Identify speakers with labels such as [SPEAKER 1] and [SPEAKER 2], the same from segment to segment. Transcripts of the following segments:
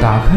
[SPEAKER 1] 打开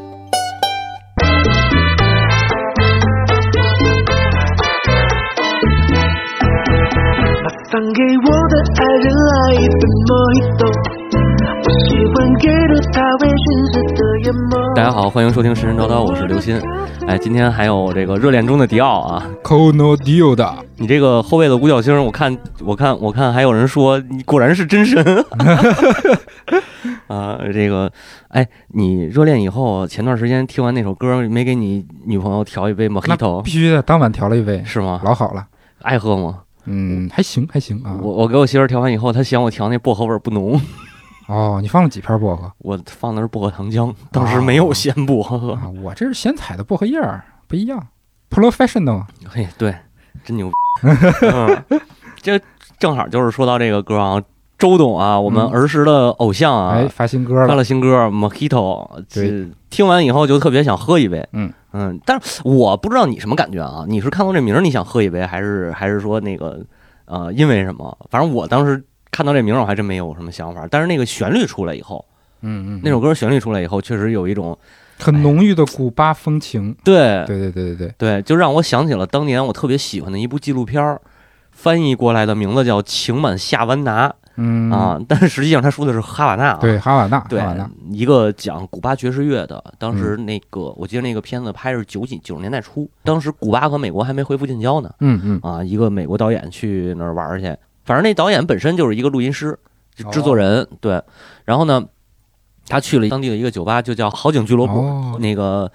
[SPEAKER 2] 放给我的爱人来一杯莫吉托，我喜欢给的他微醺时的眼眸。
[SPEAKER 3] 大家好，欢迎收听《神神叨叨》，我是刘鑫。哎，今天还有这个热恋中的迪奥啊，
[SPEAKER 1] Kono Dio 的，
[SPEAKER 3] 你这个后卫的五角星，我看，我看，我看，还有人说你果然是真神 啊！这个，哎，你热恋以后，前段时间听完那首歌，没给你女朋友调一杯 Mojito
[SPEAKER 1] 必须的，当晚调了一杯，
[SPEAKER 3] 是吗？
[SPEAKER 1] 老好了。
[SPEAKER 3] 爱喝吗？
[SPEAKER 1] 嗯，还行还行啊。
[SPEAKER 3] 我我给我媳妇儿调完以后，她嫌我调那薄荷味儿不浓，
[SPEAKER 1] 哦，你放了几片薄荷
[SPEAKER 3] 我放的是薄荷糖浆，当时没有鲜薄荷。
[SPEAKER 1] 啊？我这是现采的薄荷叶儿，不一样，professional。
[SPEAKER 3] 嘿，对，真牛逼。嗯，这正好就是说到这个歌啊，周董啊，我们
[SPEAKER 1] 嗯
[SPEAKER 3] 儿时的偶像啊，
[SPEAKER 1] 哎，发新歌
[SPEAKER 3] 发
[SPEAKER 1] 了，
[SPEAKER 3] 了新歌《Mojito》，
[SPEAKER 1] 对
[SPEAKER 3] 这听完以后就特别想喝一杯。
[SPEAKER 1] 嗯
[SPEAKER 3] 嗯，但是我不知道你什么感觉啊？你是看到这名儿你想喝一杯，还是还是说那个呃，因为什么？反正我当时看到这名儿我还真没有什么想法，但是那个旋律出来以后，
[SPEAKER 1] 嗯嗯，
[SPEAKER 3] 那首歌旋律出来以后，确实有一种
[SPEAKER 1] 很浓郁的古巴风情。
[SPEAKER 3] 对
[SPEAKER 1] 对对对对对，
[SPEAKER 3] 对，就让我想起了当年我特别喜欢的一部纪录片儿。翻译过来的名字叫《情满夏湾拿》
[SPEAKER 1] 嗯，
[SPEAKER 3] 啊，但是实际上他说的是哈瓦那啊。
[SPEAKER 1] 对，哈瓦那，哈
[SPEAKER 3] 对
[SPEAKER 1] 瓦那，，嗯
[SPEAKER 3] 一个讲古巴爵士乐的，当时那个、我记得那个片子拍是九几九十年代初，当时古巴和美国还没恢复建交呢，
[SPEAKER 1] 嗯嗯，
[SPEAKER 3] 啊，一个美国导演去那儿玩儿去，反正那导演本身就是一个录音师，就制
[SPEAKER 1] 哦
[SPEAKER 3] 作人，对，然后呢，他去了当地的一个酒吧，就叫好景俱乐部，
[SPEAKER 1] 哦，
[SPEAKER 3] 那个。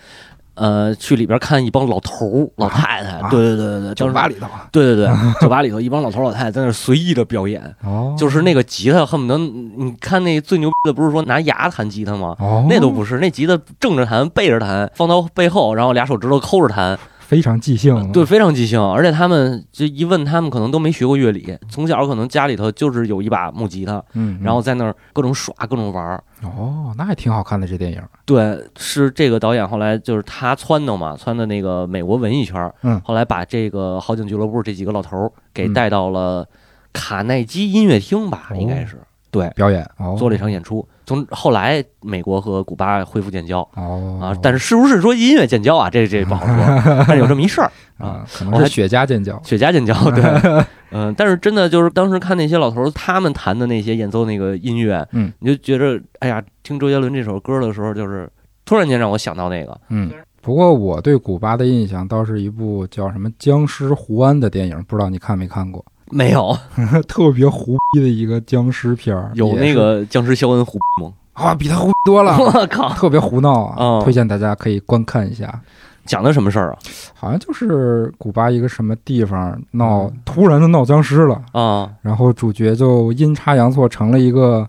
[SPEAKER 3] 呃，去里边看一帮老头儿、老太太，
[SPEAKER 1] 啊
[SPEAKER 3] 对对对对，当
[SPEAKER 1] 酒
[SPEAKER 3] 时
[SPEAKER 1] 吧，里头啊，
[SPEAKER 3] 对 对对，酒吧里头一帮老头儿、老太太在那儿随意的表演，
[SPEAKER 1] 哦，
[SPEAKER 3] 就是那个吉他恨不得你看那最牛逼的不是说拿牙弹吉他吗？
[SPEAKER 1] 哦，
[SPEAKER 3] 那都不是，那吉他正着弹，背着弹，放到背后，然后俩手指头抠着弹，
[SPEAKER 1] 非常即兴，
[SPEAKER 3] 对，，非常即兴。而且他们就一问，他们可能都没学过乐理，从小可能家里头就是有一把木吉他，
[SPEAKER 1] 嗯，嗯
[SPEAKER 3] 然后在那儿各种耍，各种玩儿。
[SPEAKER 1] 哦，那还挺好看的这电影，
[SPEAKER 3] 对，是这个导演后来就是他撺掇嘛，撺掇那个美国文艺圈儿，
[SPEAKER 1] 嗯
[SPEAKER 3] 后来把这个好景俱乐部这几个老头儿给
[SPEAKER 1] 嗯
[SPEAKER 3] 带到了卡耐基音乐厅吧，应该
[SPEAKER 1] 哦
[SPEAKER 3] 是对。
[SPEAKER 1] 表演哦，
[SPEAKER 3] 做了一场演出。从后来美国和古巴恢复建交
[SPEAKER 1] 哦
[SPEAKER 3] 啊，但是是不是说音乐建交啊？这这不好 说，但是有这么一事儿，
[SPEAKER 1] 啊
[SPEAKER 3] 啊，
[SPEAKER 1] 可
[SPEAKER 3] 我
[SPEAKER 1] 能
[SPEAKER 3] 还
[SPEAKER 1] 是雪茄尖叫，
[SPEAKER 3] 雪茄建交。对， 嗯，但是真的就是当时看那些老头儿他们弹的那些演奏那个音乐，
[SPEAKER 1] 嗯，
[SPEAKER 3] 你就觉着哎呀，听周杰伦这首歌的时候，就是突然间让我想到那个
[SPEAKER 1] 嗯。不过我对古巴的印象倒是一部叫什么《僵尸胡安》的电影，不知道你看没看过？
[SPEAKER 3] 没有
[SPEAKER 1] 特别胡逼的一个僵尸片儿，
[SPEAKER 3] 有
[SPEAKER 1] 也
[SPEAKER 3] 那
[SPEAKER 1] 是
[SPEAKER 3] 个僵尸肖恩虎吗？
[SPEAKER 1] 啊，比他胡逼多 了，
[SPEAKER 3] 我靠，
[SPEAKER 1] 特别胡闹啊！
[SPEAKER 3] 嗯
[SPEAKER 1] 推荐大家可以观看一下，
[SPEAKER 3] 讲的什么事儿啊
[SPEAKER 1] 好像就是古巴一个什么地方闹，突然就闹僵尸了，
[SPEAKER 3] 啊？
[SPEAKER 1] 然后主角就阴差阳错成了一个。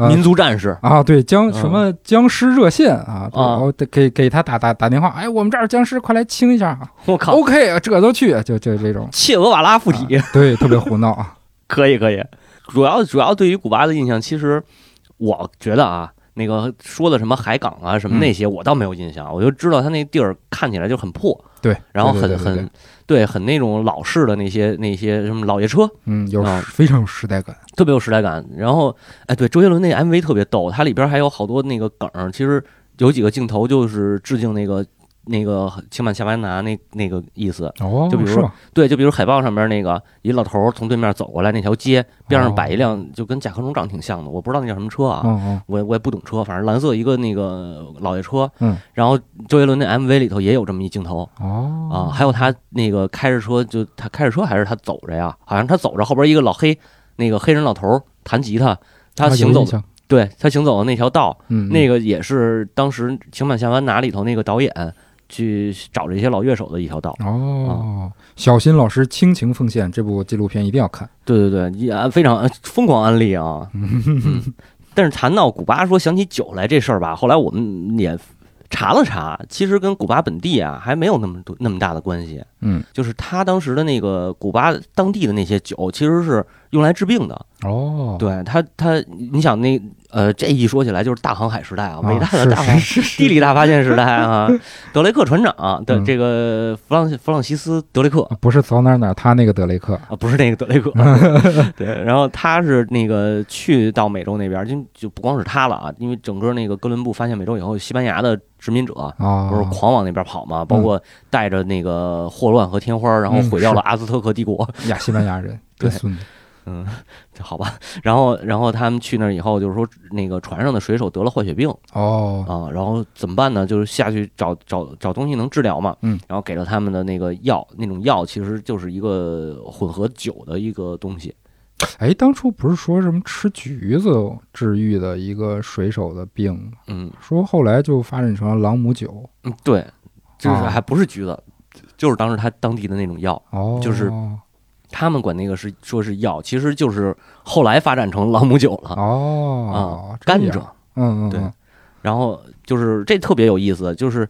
[SPEAKER 3] 啊，
[SPEAKER 1] 呃
[SPEAKER 3] 民族 战士
[SPEAKER 1] 啊，对僵
[SPEAKER 3] 嗯
[SPEAKER 1] 什么僵尸热线啊，
[SPEAKER 3] 啊
[SPEAKER 1] 然后得给给他打打打电话，哎，我们这儿僵尸，快来清一下啊
[SPEAKER 3] 我靠，，
[SPEAKER 1] ！OK，这都去，就就这种
[SPEAKER 3] 哦
[SPEAKER 1] 啊
[SPEAKER 3] 切俄瓦拉附体。
[SPEAKER 1] 对，特别胡闹啊。
[SPEAKER 3] 可以可以，主要主要对于古巴的印象，其实我觉得啊，那个说的什么海港啊什么
[SPEAKER 1] 嗯
[SPEAKER 3] 那些，我倒没有印象，我就知道他那地儿看起来就很破，
[SPEAKER 1] 对，
[SPEAKER 3] 然后
[SPEAKER 1] 对
[SPEAKER 3] 很
[SPEAKER 1] 对对对
[SPEAKER 3] 很对很那种老式的那些那些什么老爷车，
[SPEAKER 1] 嗯，有
[SPEAKER 3] 啊
[SPEAKER 1] 非常有时代感。
[SPEAKER 3] 特别有时代感。然后哎，对，周杰伦那 MV 特别逗，它里边还有好多那个梗儿，其实有几个镜头就是致敬那个。那个轻曼夏班拿那那个意思。
[SPEAKER 1] 哦，
[SPEAKER 3] 就比如
[SPEAKER 1] 是吗？
[SPEAKER 3] 对，就比如海报上边那个一老头儿从对面走过来，那条街边上摆一辆就跟甲壳虫长挺像的，我不知道那叫什么车啊，
[SPEAKER 1] 嗯
[SPEAKER 3] 我也我也不懂车，反正蓝色一个那个老爷车，
[SPEAKER 1] 嗯，
[SPEAKER 3] 然后周杰伦那 MV 里头也有这么一镜头
[SPEAKER 1] 嗯，哦，
[SPEAKER 3] 啊，还有他那个开着车，就他开着车还是他走着呀？好像他走着，后边一个老黑，那个黑人老头儿弹吉他，他
[SPEAKER 1] 啊
[SPEAKER 3] 行
[SPEAKER 1] 有
[SPEAKER 3] 走
[SPEAKER 1] 印
[SPEAKER 3] 的，
[SPEAKER 1] 象
[SPEAKER 3] 对他行走的那条道，
[SPEAKER 1] 嗯，
[SPEAKER 3] 那
[SPEAKER 1] 个
[SPEAKER 3] 个也是当时《情满夏湾拿》里头那个导演去找这些老乐手的一条道。
[SPEAKER 1] 哦，小新老师倾情奉献这部纪录片一定要看。
[SPEAKER 3] 对对对，也啊非常呃疯狂安利 啊。嗯但是谈到古巴说想起酒来这事儿吧，后来我们也查了查，其实跟古巴本地啊还没有那么多那么大的关系。
[SPEAKER 1] 嗯，
[SPEAKER 3] 就是他当时的那个古巴当地的那些酒，其实是用来治病的。
[SPEAKER 1] 哦，
[SPEAKER 3] 对他，他你想那呃，这一说起来就是大航海时代啊，
[SPEAKER 1] 啊，
[SPEAKER 3] 伟大的
[SPEAKER 1] 是
[SPEAKER 3] 大航海
[SPEAKER 1] 是是是
[SPEAKER 3] 地理大发现时代啊，德雷克船长的
[SPEAKER 1] 嗯
[SPEAKER 3] 这个弗朗弗朗西斯·德雷克
[SPEAKER 1] 啊不是走哪儿哪儿，他那个德雷克
[SPEAKER 3] 啊，不是那个德 雷克，对，然后他是那个去到美洲那边，就就不光是他了啊，因为整个那个哥伦布发现美洲以后，西班牙的殖民者
[SPEAKER 1] 啊，
[SPEAKER 3] 不是狂往那边跑嘛，包括带着那个霍乱和天花，然后
[SPEAKER 1] 嗯
[SPEAKER 3] 毁掉
[SPEAKER 1] 是
[SPEAKER 3] 了阿兹特克帝国，
[SPEAKER 1] 呀，西班牙人，
[SPEAKER 3] 对
[SPEAKER 1] 真孙子，
[SPEAKER 3] 嗯，好吧，然后然后他们去那儿以后，就是说那个船上的水手得了坏血病，
[SPEAKER 1] 哦，
[SPEAKER 3] 啊，然后怎么办呢？就是下去找找找东西能治疗嘛。
[SPEAKER 1] 嗯，
[SPEAKER 3] 然后给了他们的那个药，那种药其实就是一个混合酒的一个东西。
[SPEAKER 1] 哎，当初不是说什么吃橘子治愈的一个水手的病吗？
[SPEAKER 3] 嗯，
[SPEAKER 1] 说后来就发展成了朗姆酒，
[SPEAKER 3] 嗯对，就是
[SPEAKER 1] 哦
[SPEAKER 3] 还不是橘子，就是当时他当地的那种药，
[SPEAKER 1] 哦，
[SPEAKER 3] 就是他们管那个是说是药，其实就是后来发展成朗姆酒了
[SPEAKER 1] 哦
[SPEAKER 3] 啊，，甘
[SPEAKER 1] 这样
[SPEAKER 3] 蔗。
[SPEAKER 1] 嗯嗯
[SPEAKER 3] 对
[SPEAKER 1] 嗯，
[SPEAKER 3] 然后就是这特别有意思，就是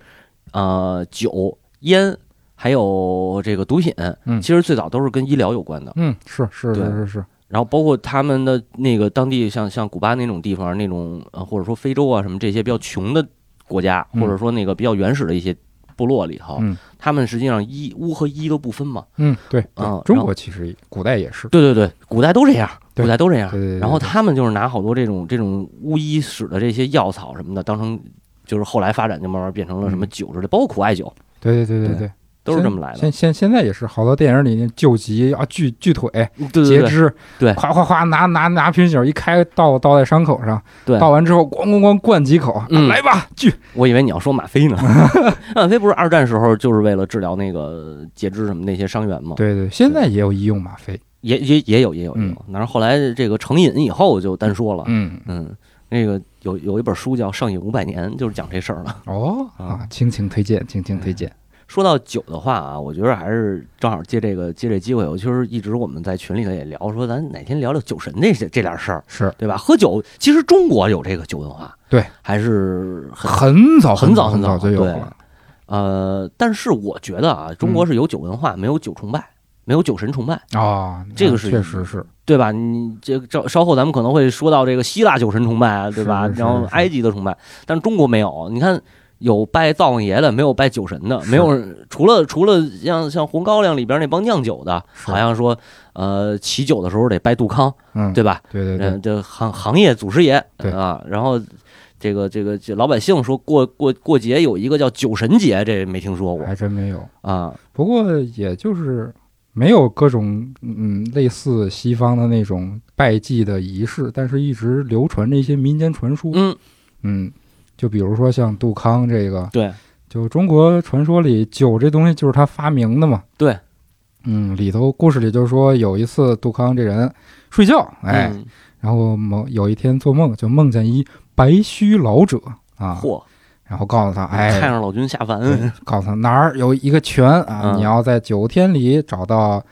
[SPEAKER 3] 呃酒、烟还有这个毒品，
[SPEAKER 1] 嗯
[SPEAKER 3] 其实最早都是跟医疗有关的。
[SPEAKER 1] 嗯，是是
[SPEAKER 3] 对
[SPEAKER 1] 是是是，
[SPEAKER 3] 然后包括他们的那个当地像，像古巴那种地方，那种呃或者说非洲啊什么这些比较穷的国家，
[SPEAKER 1] 嗯
[SPEAKER 3] 或者说那个比较原始的一些部落里头，
[SPEAKER 1] 嗯
[SPEAKER 3] 他们实际上一巫和医都不分嘛。
[SPEAKER 1] 嗯，对，对
[SPEAKER 3] 嗯
[SPEAKER 1] 中
[SPEAKER 3] 然
[SPEAKER 1] 国其实也古代也是，
[SPEAKER 3] 对对对，古代都这样，
[SPEAKER 1] 对
[SPEAKER 3] 古代都这样。
[SPEAKER 1] 对对对对
[SPEAKER 3] 然后他们就是拿好多这种这种巫医使的这些药草什么的，当成就是后来发展就慢慢变成了什么
[SPEAKER 1] 嗯
[SPEAKER 3] 酒之类，包括苦艾酒
[SPEAKER 1] 对对对对
[SPEAKER 3] 对
[SPEAKER 1] 对，
[SPEAKER 3] 都是这么来的。
[SPEAKER 1] 现现现在也是，好多电影里那救急啊，锯锯腿、
[SPEAKER 3] 对对
[SPEAKER 1] 截
[SPEAKER 3] 对
[SPEAKER 1] 肢，
[SPEAKER 3] 对
[SPEAKER 1] 哗哗哗拿拿拿瓶酒一开倒倒在伤口上，
[SPEAKER 3] 对，
[SPEAKER 1] 倒完之后咣咣咣灌几口，啊
[SPEAKER 3] 嗯
[SPEAKER 1] 来吧，锯。
[SPEAKER 3] 我以为你要说吗 啡呢， 吗啡不是二战时候就是为了治疗那个截肢什么那些伤员吗？
[SPEAKER 1] 对对，现在也有医用吗啡，
[SPEAKER 3] 也也也有也有也
[SPEAKER 1] 嗯
[SPEAKER 3] 有，但是后来这个成瘾以后就单说了，
[SPEAKER 1] 嗯，
[SPEAKER 3] 嗯，那个有有一本书叫《上瘾五百年》，就是讲这事儿了。
[SPEAKER 1] 哦啊，亲情推荐，亲情推
[SPEAKER 3] 嗯
[SPEAKER 1] 荐，
[SPEAKER 3] 说到酒的话啊，我觉得还是正好借这个借这机会，我就是一直我们在群里头也聊说，咱哪天聊聊酒神这些这点事儿，
[SPEAKER 1] 是
[SPEAKER 3] 对吧？喝酒其实中国有这个酒文化，
[SPEAKER 1] 对，
[SPEAKER 3] 还是很
[SPEAKER 1] 很早
[SPEAKER 3] 很
[SPEAKER 1] 早
[SPEAKER 3] 早
[SPEAKER 1] 很
[SPEAKER 3] 很早
[SPEAKER 1] 就有
[SPEAKER 3] 对
[SPEAKER 1] 了，
[SPEAKER 3] 呃，但是我觉得啊，中国是有酒文化，没有酒崇拜，没有酒神崇拜。
[SPEAKER 1] 啊，
[SPEAKER 3] 这个
[SPEAKER 1] 那
[SPEAKER 3] 是
[SPEAKER 1] 确实是，
[SPEAKER 3] 对吧？你这个稍稍后咱们可能会说到这个希腊酒神崇拜啊，对吧
[SPEAKER 1] 是？是
[SPEAKER 3] 然后
[SPEAKER 1] 是
[SPEAKER 3] 埃及的崇拜，但中国没有。你看，有拜灶王爷的，没有拜酒神的，
[SPEAKER 1] 是
[SPEAKER 3] 没有人除了除了像像红高粱里边那帮酿酒的，
[SPEAKER 1] 是
[SPEAKER 3] 好像说呃起酒的时候得拜杜康，
[SPEAKER 1] 嗯，
[SPEAKER 3] 对吧？
[SPEAKER 1] 对对对
[SPEAKER 3] 嗯，，这行行业祖师爷
[SPEAKER 1] 对
[SPEAKER 3] 啊，然后。这个这个这老百姓说过过过节有一个叫酒神节，这没听说过
[SPEAKER 1] 还真没有。
[SPEAKER 3] 啊。
[SPEAKER 1] 不过也就是没有各种嗯类似西方的那种拜祭的仪式，但是一直流传着一些民间传说。
[SPEAKER 3] 嗯，
[SPEAKER 1] 嗯，就比如说像杜康这个，
[SPEAKER 3] 对，
[SPEAKER 1] 就中国传说里酒这东西就是他发明的嘛。
[SPEAKER 3] 对，
[SPEAKER 1] 嗯，里头故事里就说有一次杜康这人睡觉，哎，
[SPEAKER 3] 嗯，
[SPEAKER 1] 然后某有一天做梦就梦见一白须老者啊，
[SPEAKER 3] 嚯，
[SPEAKER 1] 然后告诉他，哎，
[SPEAKER 3] 太上老君下凡，
[SPEAKER 1] 对告诉他哪儿有一个泉啊，
[SPEAKER 3] 嗯
[SPEAKER 1] 你要在九天里找到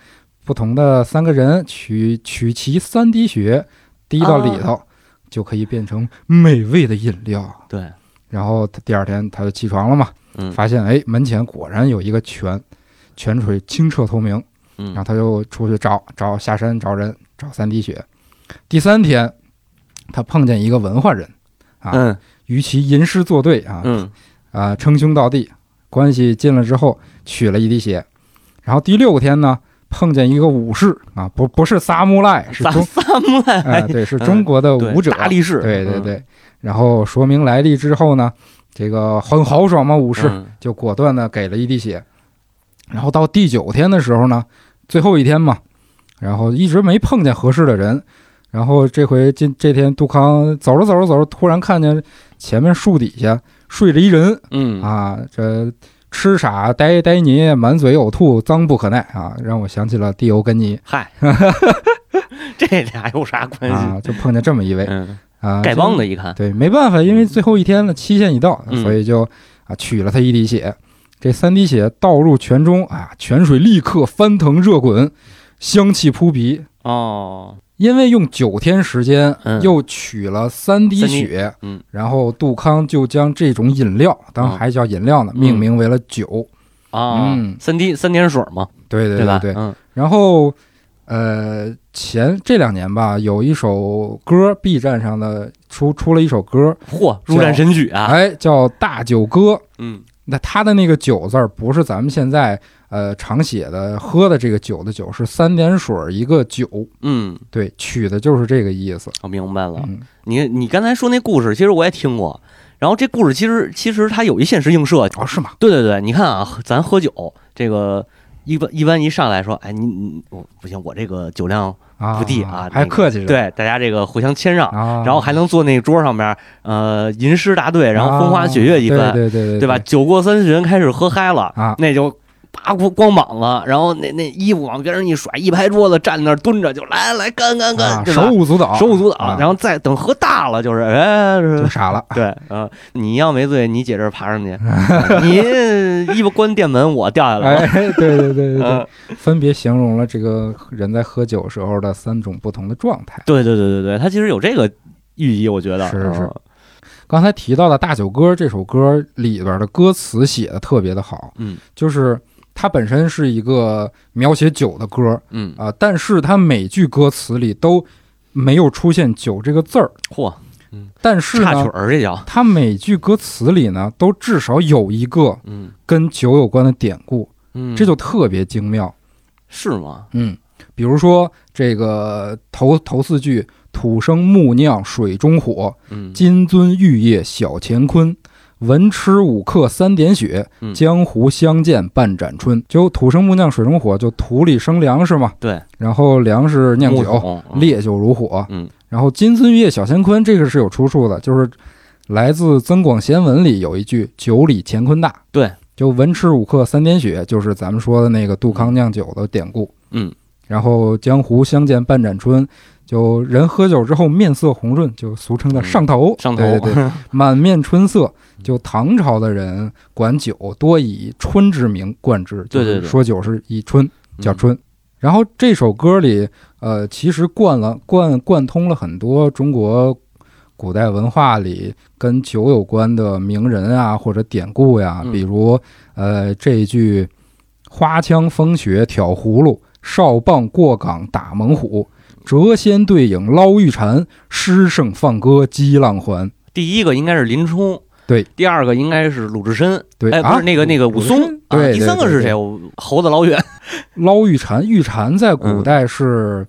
[SPEAKER 1] 不同的三个人，取取其三滴血，滴到里
[SPEAKER 3] 啊
[SPEAKER 1] 头，就可以变成美味的饮料。
[SPEAKER 3] 对，
[SPEAKER 1] 然后他第二天他就起床了嘛，
[SPEAKER 3] 嗯
[SPEAKER 1] 发现哎门前果然有一个泉，泉水清澈透明，
[SPEAKER 3] 嗯
[SPEAKER 1] 然后他就出去找找下山找人找三滴血。第三天，他碰见一个文化人，啊
[SPEAKER 3] 嗯
[SPEAKER 1] 与其吟诗作对啊，
[SPEAKER 3] 嗯
[SPEAKER 1] 啊、称兄道弟，关系近了之后取了一滴血，然后第六天呢，碰见一个武士啊，不不是萨木赖，是
[SPEAKER 3] 萨
[SPEAKER 1] 中啊
[SPEAKER 3] 萨姆莱
[SPEAKER 1] 啊、对，是中国的
[SPEAKER 3] 对
[SPEAKER 1] 武者，
[SPEAKER 3] 大力士，
[SPEAKER 1] 对对
[SPEAKER 3] 嗯，
[SPEAKER 1] 对。然后说明来历之后呢，这个很豪爽嘛，武士
[SPEAKER 3] 嗯
[SPEAKER 1] 就果断的给了一滴血。然后到第九天的时候呢，最后一天嘛，然后一直没碰见合适的人。然后这回今这天杜康走着走着走着，突然看见前面树底下睡着一人，
[SPEAKER 3] 嗯
[SPEAKER 1] 啊，这痴傻呆呆泥，满嘴呕吐，脏不可耐啊，让我想起了迪欧根尼
[SPEAKER 3] 嗨，这俩有啥关系？
[SPEAKER 1] 啊，就碰见这么一位
[SPEAKER 3] 哎嗯，
[SPEAKER 1] 啊，
[SPEAKER 3] 丐帮
[SPEAKER 1] 的
[SPEAKER 3] 的，一看，
[SPEAKER 1] 对，没办法，因为最后一天了，期限已到，
[SPEAKER 3] 嗯
[SPEAKER 1] 所以就啊取了他一滴血，这三滴血倒入泉中啊，泉水立刻翻腾热滚，香气扑鼻。
[SPEAKER 3] 哦，
[SPEAKER 1] 因为用九天时间
[SPEAKER 3] 嗯
[SPEAKER 1] 又取了三滴
[SPEAKER 3] 三滴
[SPEAKER 1] 血，
[SPEAKER 3] 嗯
[SPEAKER 1] 然后杜康就将这种饮料，当然
[SPEAKER 3] 嗯
[SPEAKER 1] 还叫饮料呢，
[SPEAKER 3] 嗯
[SPEAKER 1] 命名为了酒。
[SPEAKER 3] 啊
[SPEAKER 1] 嗯，
[SPEAKER 3] 三滴三点水嘛，
[SPEAKER 1] 对对
[SPEAKER 3] 吧？
[SPEAKER 1] 对，
[SPEAKER 3] 嗯
[SPEAKER 1] 然后，呃，前这两年吧，有一首歌，B 站上的出出了一首歌，
[SPEAKER 3] 嚯，入战神曲啊，
[SPEAKER 1] 哎，叫《大酒歌》。
[SPEAKER 3] 嗯
[SPEAKER 1] 那它的那个“酒”字儿，不是咱们现在呃常写的喝的这个酒的酒，是三点水儿一个酒，
[SPEAKER 3] 嗯，
[SPEAKER 1] 对，取的就是这个意思。
[SPEAKER 3] 我明白了。
[SPEAKER 1] 嗯，
[SPEAKER 3] 你你刚才说那故事，其实我也听过。然后这故事其实其实它有一现实映射，
[SPEAKER 1] 哦，是吗？
[SPEAKER 3] 对对对，你看啊，喝咱喝酒这个一般一般一上来说，哎，你你我不行，我这个酒量
[SPEAKER 1] 啊，
[SPEAKER 3] 不地啊
[SPEAKER 1] 还
[SPEAKER 3] 那个
[SPEAKER 1] 客气着，
[SPEAKER 3] 对大家这个互相谦让，
[SPEAKER 1] 啊，
[SPEAKER 3] 然后还能坐那桌上面呃吟诗答对，然后风花雪月一番，
[SPEAKER 1] 啊对对对对
[SPEAKER 3] 对吧？？酒过三巡开始喝嗨了，
[SPEAKER 1] 啊
[SPEAKER 3] 那就啪光光膀子，然后那那衣服往边上一甩，一拍桌子站那儿蹲着就来来干干干，
[SPEAKER 1] 啊，
[SPEAKER 3] 对吧
[SPEAKER 1] 手舞足蹈，
[SPEAKER 3] 手舞足蹈，
[SPEAKER 1] 啊
[SPEAKER 3] 然后再等喝大了就是哎。
[SPEAKER 1] 就 傻 了。
[SPEAKER 3] 对，嗯，你要没醉，你姐这儿爬上去， 你衣服关店门，我掉下来了。
[SPEAKER 1] 哎，对对对对对
[SPEAKER 3] 嗯，，
[SPEAKER 1] 分别形容了这个人在喝酒时候的三种不同的状态。
[SPEAKER 3] 对对对对对，它其实有这个寓意，我觉得
[SPEAKER 1] 是是刚才提到的《大酒歌》这首歌里边的歌词写的特别的好，
[SPEAKER 3] 嗯
[SPEAKER 1] 就是它本身是一个描写酒的歌
[SPEAKER 3] 嗯，
[SPEAKER 1] 啊、但是它每句歌词里都没有出现“酒”这个字儿，
[SPEAKER 3] 嚯，
[SPEAKER 1] 但是
[SPEAKER 3] 插曲
[SPEAKER 1] 呢，
[SPEAKER 3] 儿这叫，
[SPEAKER 1] 它每句歌词里呢都至少有一个
[SPEAKER 3] 嗯
[SPEAKER 1] 跟酒有关的典故，
[SPEAKER 3] 嗯，
[SPEAKER 1] 这就特别精妙。
[SPEAKER 3] 是吗？
[SPEAKER 1] 嗯，比如说这个头头四句“土生木酿水中火，
[SPEAKER 3] 嗯，
[SPEAKER 1] 金樽玉液小乾坤”。文吃五客三点雪，
[SPEAKER 3] 嗯
[SPEAKER 1] 江湖相见半盏春。就土生木酿水中火，就土里生粮食嘛。
[SPEAKER 3] 对。
[SPEAKER 1] 然后粮食酿
[SPEAKER 3] 木
[SPEAKER 1] 酒，
[SPEAKER 3] 桶，嗯
[SPEAKER 1] 烈酒如火。
[SPEAKER 3] 嗯。
[SPEAKER 1] 然后金樽玉液小乾坤，这个是有出处的，就是来自《增广贤文》里有一句“酒里乾坤大”。
[SPEAKER 3] 对。
[SPEAKER 1] 就文吃五客三点雪，就是咱们说的那个杜康酿酒的典故。
[SPEAKER 3] 嗯，
[SPEAKER 1] 然后江湖相见半盏春，就人喝酒之后面色红润，就俗称的上头，
[SPEAKER 3] 嗯上头
[SPEAKER 1] 对对 对，满面春色。就唐朝的人管酒多以春之名冠之，
[SPEAKER 3] 对
[SPEAKER 1] 就是
[SPEAKER 3] 对对
[SPEAKER 1] 说酒是以春叫
[SPEAKER 3] 嗯
[SPEAKER 1] 春。然后这首歌里，呃，其实贯了贯贯通了很多中国古代文化里跟酒有关的名人啊或者典故呀，
[SPEAKER 3] 嗯
[SPEAKER 1] 比如呃这一句“花枪风雪挑葫芦，哨棒过岗打猛虎，谪仙对影捞玉蟾，诗圣放歌击浪还
[SPEAKER 3] 第一个应该是林冲，
[SPEAKER 1] 对，
[SPEAKER 3] 第二个应该是鲁智深，”。
[SPEAKER 1] 对，
[SPEAKER 3] 哎，不
[SPEAKER 1] 啊
[SPEAKER 3] 是那个那个武松，啊
[SPEAKER 1] 对，
[SPEAKER 3] 第三个
[SPEAKER 1] 对
[SPEAKER 3] 是
[SPEAKER 1] 对
[SPEAKER 3] 谁？我猴子老远，
[SPEAKER 1] 捞玉蟾，玉蟾在古
[SPEAKER 3] 嗯
[SPEAKER 1] 代是、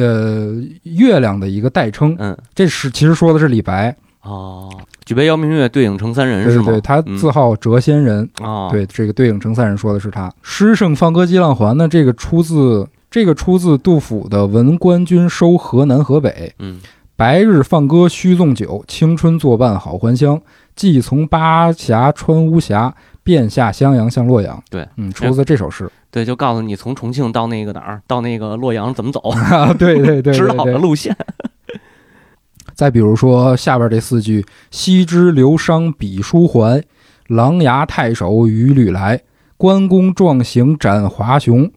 [SPEAKER 1] 呃月亮的一个代称，
[SPEAKER 3] 嗯，
[SPEAKER 1] 这是其实说的是李白，
[SPEAKER 3] 哦，举杯邀明月，对影成三人
[SPEAKER 1] 对
[SPEAKER 3] 是
[SPEAKER 1] 对
[SPEAKER 3] 吗
[SPEAKER 1] 对，？他
[SPEAKER 3] 嗯
[SPEAKER 1] 自号谪仙人，
[SPEAKER 3] 哦，
[SPEAKER 1] 对这个对影成三人说的是他。诗圣放歌击浪还呢，这个出自这个出自杜甫的《闻官军收河南河北》，
[SPEAKER 3] 嗯，
[SPEAKER 1] 白日放歌须纵酒，青春作伴好还乡。既从巴峡穿巫峡，便下襄阳向洛阳。
[SPEAKER 3] 对，
[SPEAKER 1] 嗯，出自这首 诗
[SPEAKER 3] 对，就告诉你从重庆到那个哪儿，到那个洛阳怎么走，
[SPEAKER 1] 啊，对 对对对
[SPEAKER 3] 指导
[SPEAKER 1] 对
[SPEAKER 3] 的路线。
[SPEAKER 1] 再比如说下边这四句：“昔之流觞笔书怀，琅琊太守与吕来。关公壮行斩华雄，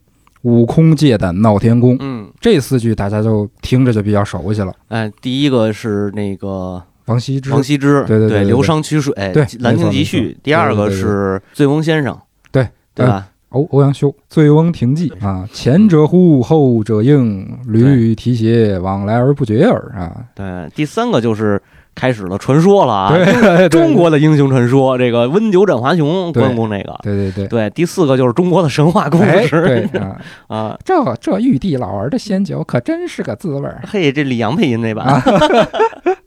[SPEAKER 1] 悟空借胆闹天宫。
[SPEAKER 3] 嗯，”
[SPEAKER 1] 这四句大家就听着就比较熟悉了。
[SPEAKER 3] 哎，第一个是那个
[SPEAKER 1] 王羲之，
[SPEAKER 3] 王羲之，
[SPEAKER 1] 对对对对对
[SPEAKER 3] 流觞曲水，
[SPEAKER 1] 对
[SPEAKER 3] 兰
[SPEAKER 1] 没错
[SPEAKER 3] 亭集
[SPEAKER 1] 没
[SPEAKER 3] 序
[SPEAKER 1] 错。
[SPEAKER 3] 第二
[SPEAKER 1] 对
[SPEAKER 3] 个
[SPEAKER 1] 对对
[SPEAKER 3] 是醉翁先生，
[SPEAKER 1] 对嗯
[SPEAKER 3] 对吧？
[SPEAKER 1] 欧欧阳修《醉翁亭记》啊，前者呼，后者应，
[SPEAKER 3] 嗯
[SPEAKER 1] 屡屡提携，往来而不绝耳啊。
[SPEAKER 3] 对，第三个就是开始了传说了啊，
[SPEAKER 1] 对，
[SPEAKER 3] 中国的英雄传说，这个温酒斩华雄，
[SPEAKER 1] 对
[SPEAKER 3] 关公那个。
[SPEAKER 1] 对，对对对，
[SPEAKER 3] 对，第四个就是中国的神话故
[SPEAKER 1] 哎，对
[SPEAKER 3] 事
[SPEAKER 1] 啊，
[SPEAKER 3] 啊，
[SPEAKER 1] 这这玉帝老儿的仙酒可真是个滋味儿。啊
[SPEAKER 3] 嘿，这李阳配音那版。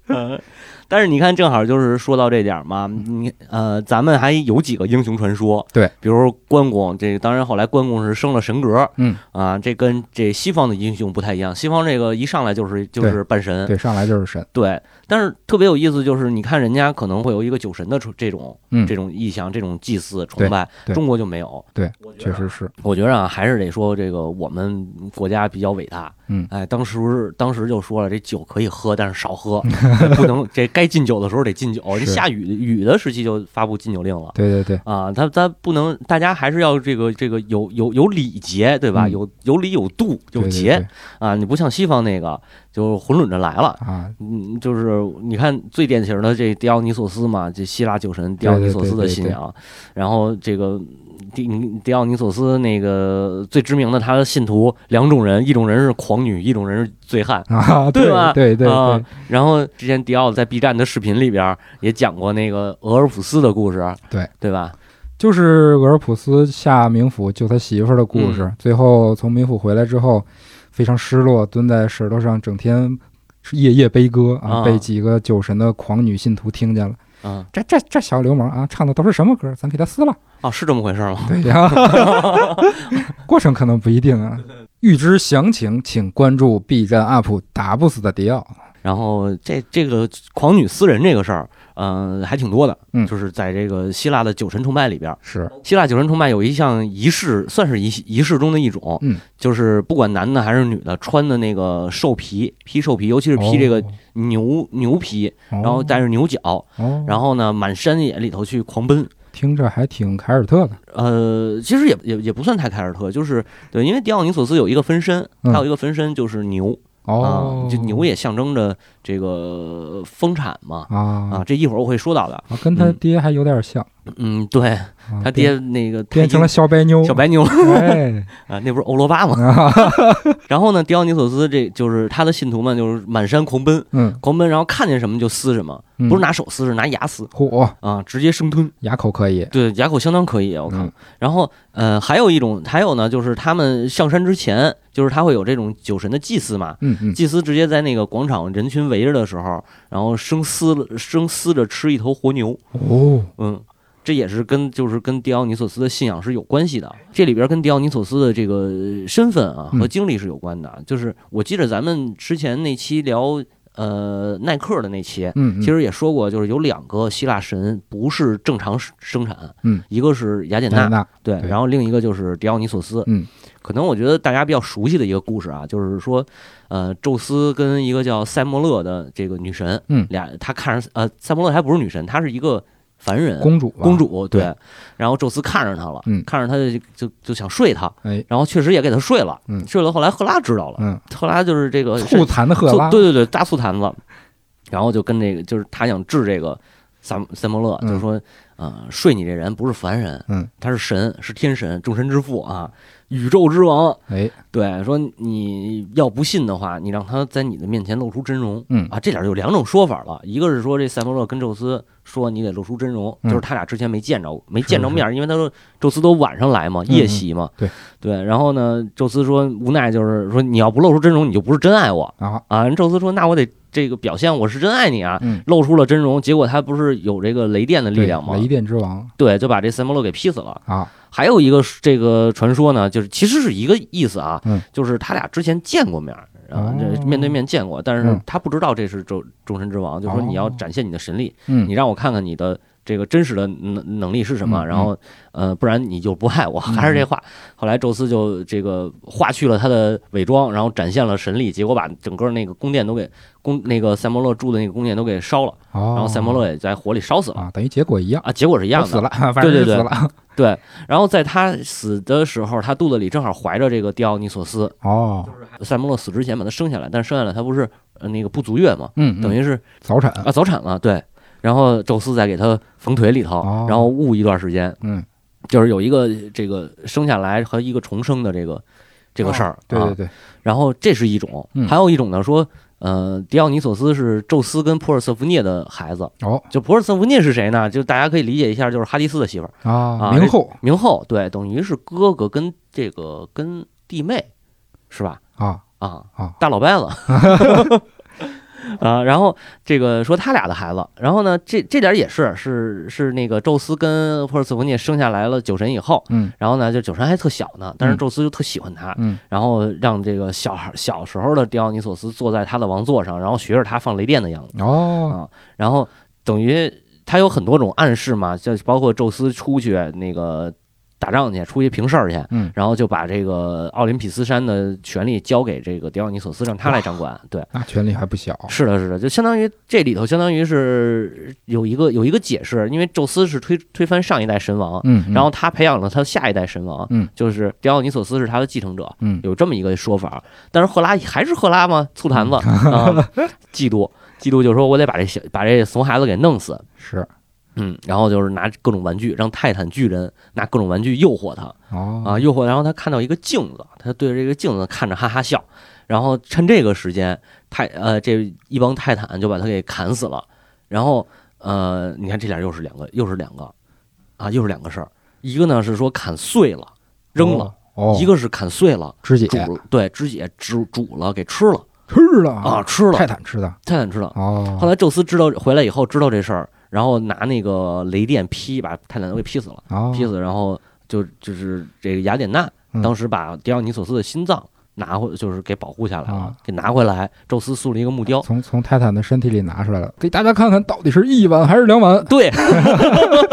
[SPEAKER 3] 嗯但是你看，正好就是说到这点儿嘛，你呃，咱们还有几个英雄传说，
[SPEAKER 1] 对，
[SPEAKER 3] 比如说关公，这当然后来关公是升了神格，
[SPEAKER 1] 嗯
[SPEAKER 3] 啊，这跟这西方的英雄不太一样，西方这个一上来就是就是半神，
[SPEAKER 1] 对，上来就是神，
[SPEAKER 3] 对，但是特别有意思就是，你看人家可能会有一个酒神的这种
[SPEAKER 1] 嗯
[SPEAKER 3] 这，种意象、这种祭祀崇拜，
[SPEAKER 1] 对对
[SPEAKER 3] 中国就没有，
[SPEAKER 1] 确实是，
[SPEAKER 3] 我觉着啊，还是得说这个我们国家比较伟大。
[SPEAKER 1] 嗯
[SPEAKER 3] 哎，当时当时就说了，这酒可以喝，但是少 喝，不能这该禁酒的时候得禁酒。这
[SPEAKER 1] 是
[SPEAKER 3] 下雨雨的时期就发布禁酒令了。
[SPEAKER 1] 对对对，
[SPEAKER 3] 啊，他他不能，大家还是要这个这个有有有礼节，对吧？
[SPEAKER 1] 嗯
[SPEAKER 3] 有有礼有度
[SPEAKER 1] 对
[SPEAKER 3] 有
[SPEAKER 1] 对
[SPEAKER 3] 节
[SPEAKER 1] 对
[SPEAKER 3] 啊！你不像西方那个，就混乱着来了。
[SPEAKER 1] 啊，
[SPEAKER 3] 嗯，就是你看最典型的这狄奥尼索斯嘛，这希腊酒神狄奥尼索斯的信仰，然后这个狄狄奥尼索斯那个最知名的他的信徒两种人，一种人是狂女，一种人是醉汉。
[SPEAKER 1] 啊，
[SPEAKER 3] 对吧
[SPEAKER 1] 对对
[SPEAKER 3] 啊
[SPEAKER 1] 对，
[SPEAKER 3] 然后之前迪奥在 B 站的视频里边也讲过那个俄尔普斯的故事，
[SPEAKER 1] 对
[SPEAKER 3] 对吧？
[SPEAKER 1] 就是俄尔普斯下冥府救他媳妇儿的故事，
[SPEAKER 3] 嗯
[SPEAKER 1] 最后从冥府回来之后，非常失落，蹲在石头上，整天夜夜悲歌啊，
[SPEAKER 3] 啊
[SPEAKER 1] 被几个酒神的狂女信徒听见了，
[SPEAKER 3] 啊，
[SPEAKER 1] 这这这小流氓啊，唱的都是什么歌？咱给他撕了。
[SPEAKER 3] 哦，是这么回事吗？
[SPEAKER 1] 对 呀，过程可能不一定啊。欲知详情，请关注 B 站 UP 打不死的迪奥。
[SPEAKER 3] 然后这这个狂女私人这个事儿，嗯、还挺多的，
[SPEAKER 1] 嗯
[SPEAKER 3] 就是在这个希腊的酒神崇拜里边，
[SPEAKER 1] 是，
[SPEAKER 3] 希腊酒神崇拜有一项仪式，算是仪仪式中的一种，
[SPEAKER 1] 嗯，
[SPEAKER 3] 就是不管男的还是女的，穿的那个兽皮，披兽皮，尤其是披这个牛、牛皮，
[SPEAKER 1] 哦，
[SPEAKER 3] 然后带着牛角，
[SPEAKER 1] 哦，
[SPEAKER 3] 然后呢满山野里头去狂奔。
[SPEAKER 1] 听着还挺凯尔特的，
[SPEAKER 3] 呃，其实也也也不算太凯尔特，就是对，因为迪奥尼索斯有一个分身，
[SPEAKER 1] 嗯
[SPEAKER 3] 他有一个分身就是牛啊、
[SPEAKER 1] 哦，
[SPEAKER 3] 就牛也象征着这个丰产嘛啊，
[SPEAKER 1] 啊
[SPEAKER 3] 这一会儿我会说到的。
[SPEAKER 1] 啊，跟他爹还有点像，
[SPEAKER 3] 嗯，对
[SPEAKER 1] 啊
[SPEAKER 3] 他爹那个
[SPEAKER 1] 变
[SPEAKER 3] 太
[SPEAKER 1] 成了小白妞，
[SPEAKER 3] 小白牛，
[SPEAKER 1] 哎，
[SPEAKER 3] 啊，那不是欧罗巴吗？ 然后呢，迪奥尼索斯这就是他的信徒们，就是满山狂奔，
[SPEAKER 1] 嗯，
[SPEAKER 3] 狂奔，然后看见什么就撕什么，
[SPEAKER 1] 嗯
[SPEAKER 3] 不是拿手撕，是拿牙撕
[SPEAKER 1] 嚯，
[SPEAKER 3] 啊，直接生吞。
[SPEAKER 1] 牙口可以，
[SPEAKER 3] 对，牙口相当可以，啊我看
[SPEAKER 1] 嗯。
[SPEAKER 3] 然后呃，还有一种，还有呢，就是他们上山之前，就是他会有这种酒神的祭司嘛。
[SPEAKER 1] 嗯嗯，
[SPEAKER 3] 祭司直接在那个广场人群围着的时候，然后生撕生撕着吃一头活牛，
[SPEAKER 1] 哦，
[SPEAKER 3] 嗯，这也是跟就是跟迪奥尼索斯的信仰是有关系的。这里边跟迪奥尼索斯的这个呃身份啊
[SPEAKER 1] 嗯
[SPEAKER 3] 和经历是有关的。就是我记得咱们之前那期聊呃耐克的那期，
[SPEAKER 1] 嗯，嗯
[SPEAKER 3] 其实也说过，就是有两个希腊神不是正常生生产，
[SPEAKER 1] 嗯，
[SPEAKER 3] 一个是雅典
[SPEAKER 1] 那
[SPEAKER 3] 娜，
[SPEAKER 1] 那
[SPEAKER 3] 对，
[SPEAKER 1] 对
[SPEAKER 3] 然后另一个就是迪奥尼索斯，
[SPEAKER 1] 嗯，
[SPEAKER 3] 可能我觉得大家比较熟悉的一个故事啊，就是说，呃，宙斯跟一个叫塞莫勒的这个女神，
[SPEAKER 1] 嗯
[SPEAKER 3] 俩她看着呃，塞莫勒还不是女神，她是一个凡人，
[SPEAKER 1] 公主吧
[SPEAKER 3] 呃公，主对
[SPEAKER 1] 对，
[SPEAKER 3] 然后宙斯看上她了，
[SPEAKER 1] 嗯
[SPEAKER 3] 看上她就就就想睡她，
[SPEAKER 1] 哎，
[SPEAKER 3] 然后确实也给她睡了，
[SPEAKER 1] 嗯
[SPEAKER 3] 睡了。后来赫拉知道了，
[SPEAKER 1] 嗯，
[SPEAKER 3] 赫拉呃就是这个
[SPEAKER 1] 醋坛的赫
[SPEAKER 3] 醋
[SPEAKER 1] 拉，
[SPEAKER 3] 对对对，大醋坛子，然后就跟这个就是他想治这个萨姆塞摩勒，
[SPEAKER 1] 嗯
[SPEAKER 3] 就说，呃，睡你这人不是凡人，
[SPEAKER 1] 嗯，
[SPEAKER 3] 他是神，是天神，众神之父啊，宇宙之王。
[SPEAKER 1] 哎，
[SPEAKER 3] 对，说你要不信的话，你让他在你的面前露出真容。
[SPEAKER 1] 嗯
[SPEAKER 3] 啊，这点儿有两种说法了，一个是说这塞摩勒跟宙斯说你得露出真容，
[SPEAKER 1] 嗯
[SPEAKER 3] 就是他俩之前没见着，没
[SPEAKER 1] 是
[SPEAKER 3] 见着面儿，因为他说宙斯都晚上来嘛，
[SPEAKER 1] 嗯
[SPEAKER 3] 夜袭嘛，
[SPEAKER 1] 对
[SPEAKER 3] 对。然后呢，宙斯说无奈就是说你要不露出真容，你就不是真爱我
[SPEAKER 1] 啊，
[SPEAKER 3] 啊。人宙斯说那我得这个表现我是真爱你啊，
[SPEAKER 1] 嗯，
[SPEAKER 3] 露出了真容，结果他不是有这个雷电的
[SPEAKER 1] 对
[SPEAKER 3] 力量吗？
[SPEAKER 1] 雷电之王
[SPEAKER 3] 对，就把这塞摩勒给劈死了。
[SPEAKER 1] 啊，
[SPEAKER 3] 还有一个是这个传说呢，就是其实是一个意思啊，
[SPEAKER 1] 嗯
[SPEAKER 3] 就是他俩之前见过面儿，啊，
[SPEAKER 1] 哦
[SPEAKER 3] 这面对面见过，但是
[SPEAKER 1] 嗯哦
[SPEAKER 3] 他不知道这是众众神之王，就说你要展现你的神力，
[SPEAKER 1] 嗯
[SPEAKER 3] 你，让我看看你的这个真实的能能力是什么，
[SPEAKER 1] 嗯
[SPEAKER 3] 然后呃，不然你就不爱我，
[SPEAKER 1] 嗯
[SPEAKER 3] 还是这话。后来宙斯就这个化去了他的伪装，然后展现了神力，结果把整个那个宫殿都给宫那个塞摩勒住的那个宫殿都给烧了，
[SPEAKER 1] 哦，
[SPEAKER 3] 然后塞摩勒也在火里烧死了
[SPEAKER 1] 啊，等于结果一样，
[SPEAKER 3] 啊，结果是一
[SPEAKER 1] 都
[SPEAKER 3] 样
[SPEAKER 1] 死
[SPEAKER 3] 的。
[SPEAKER 1] 了， 反正
[SPEAKER 3] 对
[SPEAKER 1] 是
[SPEAKER 3] 对
[SPEAKER 1] 死
[SPEAKER 3] 对
[SPEAKER 1] 了，
[SPEAKER 3] 对，然后在他死的时候，他肚子里正好怀着这个迪奥尼索斯。
[SPEAKER 1] 哦，
[SPEAKER 3] 塞摩勒死之前把他生下来，但是生下来他不是呃那个不足月嘛，
[SPEAKER 1] 嗯，
[SPEAKER 3] 等
[SPEAKER 1] 于
[SPEAKER 3] 于是
[SPEAKER 1] 早产，
[SPEAKER 3] 啊早产了，对。然后宙斯再给他缝腿里头
[SPEAKER 1] 哦，
[SPEAKER 3] 然后捂一段时间，
[SPEAKER 1] 嗯，
[SPEAKER 3] 就是有一个这个生下来和一个重生的这个这个事儿、
[SPEAKER 1] 哦对
[SPEAKER 3] 啊
[SPEAKER 1] 对对，
[SPEAKER 3] 然后这是一种，
[SPEAKER 1] 嗯
[SPEAKER 3] 还有一种呢说，呃，迪奥尼索斯是宙斯跟普尔瑟福涅的孩子。
[SPEAKER 1] 哦
[SPEAKER 3] 就普尔瑟福涅是谁呢？就大家可以理解一下，就是哈迪斯的媳妇儿，
[SPEAKER 1] 啊，
[SPEAKER 3] 啊
[SPEAKER 1] 明
[SPEAKER 3] 这
[SPEAKER 1] 后
[SPEAKER 3] 冥后。对，等于是哥哥跟这个跟弟妹，是吧？
[SPEAKER 1] 啊，
[SPEAKER 3] 啊
[SPEAKER 1] 啊
[SPEAKER 3] 大老伯子。 啊，然后这个说他俩的孩子，然后呢，这这点也是是是那个宙斯跟珀斯文涅生下来了酒神以后，
[SPEAKER 1] 嗯
[SPEAKER 3] 然后呢，就酒神还特小呢，但是
[SPEAKER 1] 嗯
[SPEAKER 3] 宙斯就特喜欢他，
[SPEAKER 1] 嗯
[SPEAKER 3] 然后让这个小孩小时候的迪奥尼索斯坐在他的王座上，然后学着他放雷电的样子，啊
[SPEAKER 1] 哦，
[SPEAKER 3] 然后等于他有很多种暗示嘛，就包括宙斯出去那个打仗去，出去平事儿去，
[SPEAKER 1] 嗯
[SPEAKER 3] 然后就把这个奥林匹斯山的权力交给这个迪奥尼索斯，让他来掌管。对，
[SPEAKER 1] 那权力还不小。
[SPEAKER 3] 是的，是的，就相当于这里头相当于是有一个有一个解释，因为宙斯是推推翻上一代神王，
[SPEAKER 1] 嗯，嗯
[SPEAKER 3] 然后他培养了他下一代神王，
[SPEAKER 1] 嗯，
[SPEAKER 3] 就是迪奥尼索斯是他的继承者，
[SPEAKER 1] 嗯
[SPEAKER 3] 有这么一个说法。但是赫拉还是赫拉吗？醋坛子
[SPEAKER 1] 嗯
[SPEAKER 3] 啊， 嫉妒，嫉妒就说我得把这小把这怂孩子给弄死，
[SPEAKER 1] 是
[SPEAKER 3] 嗯，然后就是拿各种玩具让泰坦巨人拿各种玩具诱惑他
[SPEAKER 1] 哦
[SPEAKER 3] 啊，诱惑，然后他看到一个镜子，他对着这个镜子看着哈哈笑，然后趁这个时间泰呃这一帮泰坦就把他给砍死了，然后呃你看这俩又是两个又是两个啊又是两个事儿，一个呢是说砍碎了扔了，
[SPEAKER 1] 哦，
[SPEAKER 3] 一个是砍碎了。
[SPEAKER 1] 肢解
[SPEAKER 3] 煮了对肢解煮煮了给吃了
[SPEAKER 1] 吃了
[SPEAKER 3] 啊，，吃了
[SPEAKER 1] 泰坦吃的
[SPEAKER 3] 泰坦吃了。
[SPEAKER 1] 哦。
[SPEAKER 3] 后来宙斯知道回来以后知道这事儿，然后拿那个雷电劈把泰坦都给劈死了，
[SPEAKER 1] 哦，
[SPEAKER 3] 劈死，然后就就是这个雅典娜
[SPEAKER 1] 嗯
[SPEAKER 3] 当时把迪奥尼索斯的心脏拿回，就是给保护下来了
[SPEAKER 1] 啊，
[SPEAKER 3] 给拿回来。宙斯塑了一个木雕，
[SPEAKER 1] 从从泰坦的身体里拿出来了，给大家看看到底是一碗还是两碗。
[SPEAKER 3] 对，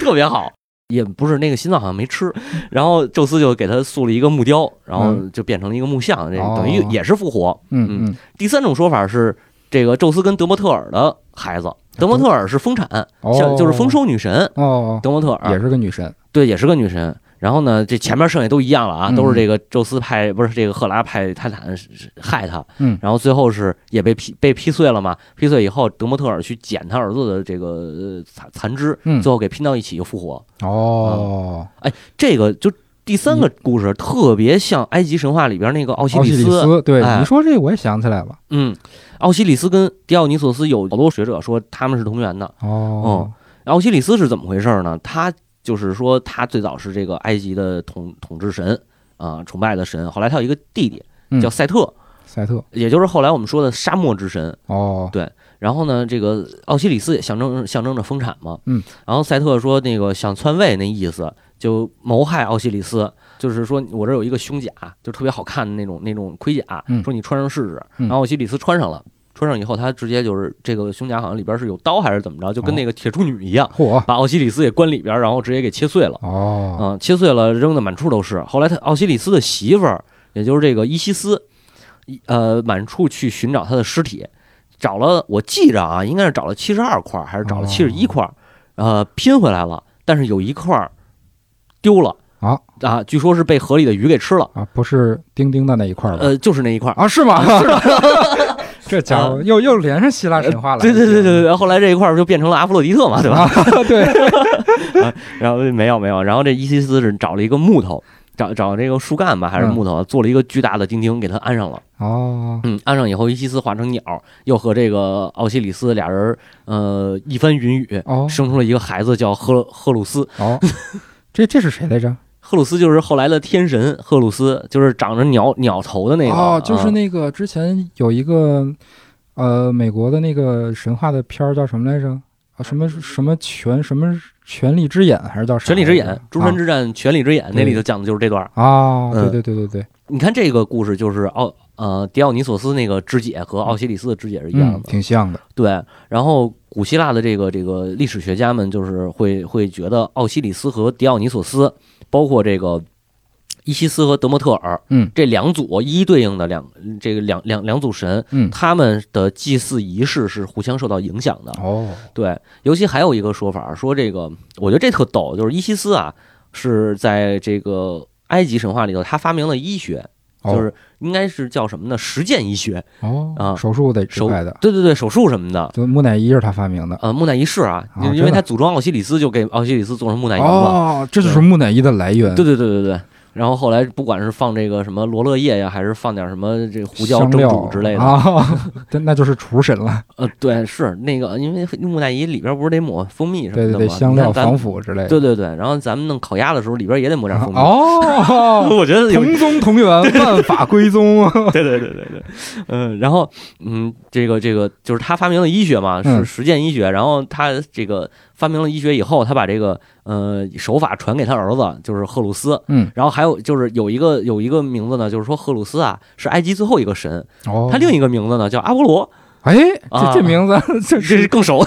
[SPEAKER 3] 特别好。也不是那个心脏好像没吃，然后宙斯就给他塑了一个木雕，然后
[SPEAKER 1] 嗯
[SPEAKER 3] 就变成了一个木像，这
[SPEAKER 1] 哦
[SPEAKER 3] 等于也是复活。
[SPEAKER 1] 嗯嗯，
[SPEAKER 3] 第三种说法是，这个宙斯跟德莫特尔的孩子，德莫特尔是丰产，
[SPEAKER 1] 哦
[SPEAKER 3] 像就是丰收女神
[SPEAKER 1] 哦，
[SPEAKER 3] 德莫特尔，
[SPEAKER 1] 也是个女神。
[SPEAKER 3] 对，也是个女神。然后呢，这前面剩下都一样了啊，
[SPEAKER 1] 嗯
[SPEAKER 3] 都是这个宙斯派，不是这个赫拉派泰坦是是害他，
[SPEAKER 1] 嗯
[SPEAKER 3] 然后最后是也被劈被劈碎了嘛，劈碎以后，德莫特尔去捡他儿子的这个呃残残肢，
[SPEAKER 1] 嗯
[SPEAKER 3] 最后给拼到一起又复活。
[SPEAKER 1] 哦，
[SPEAKER 3] 啊这个就第三个故事特别像埃及神话里边那个奥
[SPEAKER 1] 嗯
[SPEAKER 3] 西
[SPEAKER 1] 奥西
[SPEAKER 3] 里
[SPEAKER 1] 里
[SPEAKER 3] 斯，
[SPEAKER 1] 斯，对
[SPEAKER 3] 哎
[SPEAKER 1] 你说这我也想起来了。
[SPEAKER 3] 嗯，奥西里斯跟狄奥尼索斯有好多学者说他们是同源的。
[SPEAKER 1] 哦，
[SPEAKER 3] 奥西里斯是怎么回事呢？他就是说他最早是这个埃及的统统治神啊、崇拜的神。后来他有一个弟弟
[SPEAKER 1] 嗯
[SPEAKER 3] 叫赛特，
[SPEAKER 1] 赛特，
[SPEAKER 3] 也就是后来我们说的沙漠之神。
[SPEAKER 1] 哦，
[SPEAKER 3] 然后呢，这个奥西里斯也象征象征着丰产嘛。
[SPEAKER 1] 嗯。
[SPEAKER 3] 然后赛特说那个想篡位那意思，就谋害奥西里斯，就是说我这儿有一个胸甲，就特别好看的那种那种盔甲，
[SPEAKER 1] 嗯
[SPEAKER 3] 说你穿上试试。
[SPEAKER 1] 嗯
[SPEAKER 3] 然后奥西里斯穿上了。穿上以后，他直接就是这个胸甲好像里边是有刀还是怎么着，就跟那个铁处女一样，
[SPEAKER 1] 嚯，
[SPEAKER 3] 把奥西里斯给关里边，然后直接给切碎了。
[SPEAKER 1] 哦，
[SPEAKER 3] 嗯，切碎了扔的满处都是。后来他奥西里斯的媳妇儿，也就是这个伊西斯，一呃，满处去寻找他的尸体，找了我记着啊，应该是找了七十二块儿，还是找了
[SPEAKER 1] 哦
[SPEAKER 3] 七十一块儿，呃，拼回来了，但是有一块儿丢了
[SPEAKER 1] 啊
[SPEAKER 3] 啊，据说是被河里的鱼给吃了，
[SPEAKER 1] 啊，不是钉钉的那一块儿吧？
[SPEAKER 3] 呃，就是那一块儿。
[SPEAKER 1] 啊，是吗？ 这家伙又又连上希腊神话了。
[SPEAKER 3] 呃对对对对对，后来这一块儿就变成了阿弗洛狄特嘛，对吧？
[SPEAKER 1] 嗯啊，对，
[SPEAKER 3] 然后没有没有，然后这伊西斯是找了一个木头，找找这个树干吧还是
[SPEAKER 1] 嗯
[SPEAKER 3] 木头，做了一个巨大的钉钉给它安上了。
[SPEAKER 1] 哦，
[SPEAKER 3] 嗯，安上以后，伊西斯化成鸟，又和这个奥西里斯俩人呃一番云雨，
[SPEAKER 1] 哦，
[SPEAKER 3] 生出了一个孩子叫赫赫鲁斯。
[SPEAKER 1] 哦，这这是谁来着？
[SPEAKER 3] 赫鲁斯就是后来的天神赫鲁斯，就是长着鸟鸟头的那个。
[SPEAKER 1] 哦，就是
[SPEAKER 3] 啊
[SPEAKER 1] 那个之前有一个呃美国的那个神话的片儿叫什么来着？啊，什么什么权什么权力之眼还是叫
[SPEAKER 3] 《
[SPEAKER 1] 啥
[SPEAKER 3] 权
[SPEAKER 1] 来着？
[SPEAKER 3] 力之眼》《诸神
[SPEAKER 1] 啊嗯
[SPEAKER 3] 之战》《权力之眼》那里头讲的就是这段儿。
[SPEAKER 1] 啊，
[SPEAKER 3] 嗯
[SPEAKER 1] 对对对对对，
[SPEAKER 3] 你看这个故事，就是奥呃狄奥尼索斯那个肢解和奥西里斯的肢解是一样
[SPEAKER 1] 嗯，
[SPEAKER 3] 的。
[SPEAKER 1] 挺像的。
[SPEAKER 3] 对，然后古希腊的这个这个历史学家们就是会会觉得奥西里斯和狄奥尼索斯，包括这个伊西斯和德莫特尔，
[SPEAKER 1] 嗯，
[SPEAKER 3] 这两组一一对应的两这个两两两组神，
[SPEAKER 1] 嗯，
[SPEAKER 3] 他们的祭祀仪式是互相受到影响的。
[SPEAKER 1] 哦，
[SPEAKER 3] 对，尤其还有一个说法说这个，我觉得这特逗，就是伊西斯啊是在这个埃及神话里头，他发明了医学，
[SPEAKER 1] 哦
[SPEAKER 3] 就是应该是叫什么呢？实践医学，
[SPEAKER 1] 哦
[SPEAKER 3] 啊
[SPEAKER 1] 手术得之
[SPEAKER 3] 手
[SPEAKER 1] 外的，
[SPEAKER 3] 对对对，手术什么的。
[SPEAKER 1] 就木乃伊是他发明的。
[SPEAKER 3] 呃，木乃伊是啊，
[SPEAKER 1] 啊
[SPEAKER 3] 因为因
[SPEAKER 1] 真
[SPEAKER 3] 为
[SPEAKER 1] 的
[SPEAKER 3] 他组装奥西里斯，就给奥西里斯做成木乃伊了。
[SPEAKER 1] 哦，这就是
[SPEAKER 3] 对
[SPEAKER 1] 木乃伊的来源。
[SPEAKER 3] 对对对对对。然后后来不管是放这个什么罗勒叶呀，还是放点什么这个胡椒
[SPEAKER 1] 香
[SPEAKER 3] 蒸
[SPEAKER 1] 料
[SPEAKER 3] 煮之类的，
[SPEAKER 1] 啊，对，那就是厨神了，
[SPEAKER 3] 呃，对，是那个，因为木乃伊里边不是得抹蜂蜜什么
[SPEAKER 1] 对
[SPEAKER 3] 的
[SPEAKER 1] 对
[SPEAKER 3] 吗？
[SPEAKER 1] 对，香
[SPEAKER 3] 你
[SPEAKER 1] 料、
[SPEAKER 3] 看咱
[SPEAKER 1] 防腐啊之类的。
[SPEAKER 3] 对对对，然后咱们弄烤鸭的时候，里边也得抹点蜂蜜。
[SPEAKER 1] 哦，
[SPEAKER 3] 我觉得有
[SPEAKER 1] 同宗同源，万法归宗。
[SPEAKER 3] 对对对对对，嗯，然后嗯，这个这个就是他发明了医学嘛，是
[SPEAKER 1] 嗯
[SPEAKER 3] 实践医学。然后他这个发明了医学以后，他把这个呃手法传给他儿子，就是赫鲁斯。
[SPEAKER 1] 嗯，
[SPEAKER 3] 然后还有就是有一个有一个名字呢，就是说赫鲁斯啊是埃及最后一个神，
[SPEAKER 1] 哦，
[SPEAKER 3] 他另一个名字呢叫阿波罗，
[SPEAKER 1] 哎，
[SPEAKER 3] 啊啊
[SPEAKER 1] 这这名字，这
[SPEAKER 3] 这是
[SPEAKER 1] 这
[SPEAKER 3] 更熟。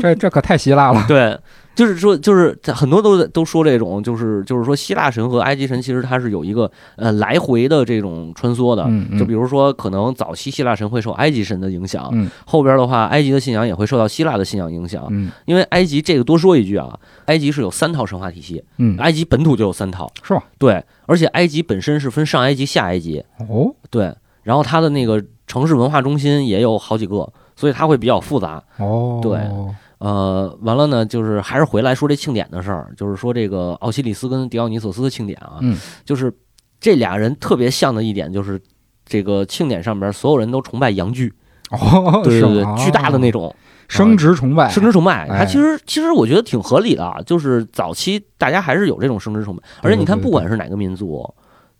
[SPEAKER 1] 这这可太希腊 了。
[SPEAKER 3] 对，就是说，就是很多都都说这种，就是就是说，希腊神和埃及神其实它是有一个呃来回的这种穿梭的。
[SPEAKER 1] 嗯，嗯
[SPEAKER 3] 就比如说，可能早期希腊神会受埃及神的影响，
[SPEAKER 1] 嗯
[SPEAKER 3] 后边的话，埃及的信仰也会受到希腊的信仰影响。
[SPEAKER 1] 嗯
[SPEAKER 3] 因为埃及这个多说一句啊，埃及是有三套神话体系，
[SPEAKER 1] 嗯，
[SPEAKER 3] 埃及本土就有三套，
[SPEAKER 1] 是吗？
[SPEAKER 3] 对，而且埃及本身是分上埃及、下埃及，
[SPEAKER 1] 哦
[SPEAKER 3] 对，然后它的那个城市文化中心也有好几个，所以它会比较复杂。
[SPEAKER 1] 哦，
[SPEAKER 3] 对呃，完了呢，就是还是回来说这庆典的事儿，就是说这个奥西里斯跟狄奥尼索斯的庆典啊，
[SPEAKER 1] 嗯
[SPEAKER 3] 就是这俩人特别像的一点就是，这个庆典上边所有人都崇拜阳具，
[SPEAKER 1] 哦，
[SPEAKER 3] 对
[SPEAKER 1] 是
[SPEAKER 3] 对对，
[SPEAKER 1] 吗
[SPEAKER 3] 巨大的那种
[SPEAKER 1] 生殖崇拜，
[SPEAKER 3] 生殖崇拜，它
[SPEAKER 1] 哦哎
[SPEAKER 3] 其实其实我觉得挺合理的，啊，就是早期大家还是有这种生殖崇拜，
[SPEAKER 1] 对
[SPEAKER 3] 而且你看，
[SPEAKER 1] 对对
[SPEAKER 3] 不管是哪个民族，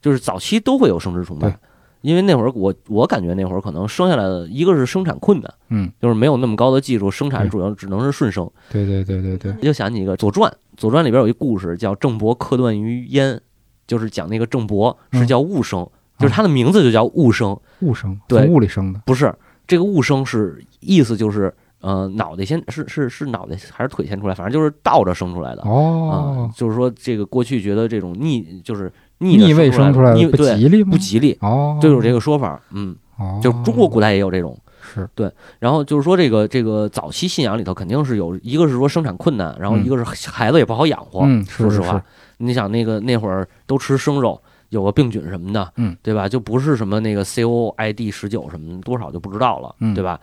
[SPEAKER 3] 就是早期都会有生殖崇拜
[SPEAKER 1] 对，
[SPEAKER 3] 因为那会儿我我感觉那会儿可能生下来的一个是生产困难，
[SPEAKER 1] 嗯，
[SPEAKER 3] 就是没有那么高的技术，生产
[SPEAKER 1] 对
[SPEAKER 3] 主要只能是顺生。
[SPEAKER 1] 对对对对对，
[SPEAKER 3] 又想起一个《左传》，《左传》里边有一故事叫郑伯克段于鄢，就是讲那个郑伯
[SPEAKER 1] 嗯
[SPEAKER 3] 是叫戊生，就是他的名字就叫戊生，
[SPEAKER 1] 物生，
[SPEAKER 3] 对
[SPEAKER 1] 从物里生的。
[SPEAKER 3] 不是这个戊生是意思就是呃脑袋先是是是脑袋还是腿先出来，反正就是倒着生出来的啊、
[SPEAKER 1] 哦，
[SPEAKER 3] 就是说这个过去觉得这种逆就是逆
[SPEAKER 1] 逆位
[SPEAKER 3] 生
[SPEAKER 1] 生出来
[SPEAKER 3] 逆
[SPEAKER 1] 的不
[SPEAKER 3] 对
[SPEAKER 1] 吉利吗？
[SPEAKER 3] 不吉利，
[SPEAKER 1] 哦，
[SPEAKER 3] 就有这个说法，嗯，
[SPEAKER 1] 哦，
[SPEAKER 3] 就中国古代也有这种。
[SPEAKER 1] 是
[SPEAKER 3] 然后就是说，这个这个早期信仰里头肯定是有一个是说生产困难，然后
[SPEAKER 1] 嗯
[SPEAKER 3] 一个是孩子也不好养活。
[SPEAKER 1] 嗯
[SPEAKER 3] 说
[SPEAKER 1] 是
[SPEAKER 3] 实
[SPEAKER 1] 是
[SPEAKER 3] 话，你想那个那会儿都吃生肉，有个病菌什么的，
[SPEAKER 1] 嗯，
[SPEAKER 3] 对吧？就不是什么那个 COVID 十九什么多少就不知道了，
[SPEAKER 1] 嗯
[SPEAKER 3] 对 吧？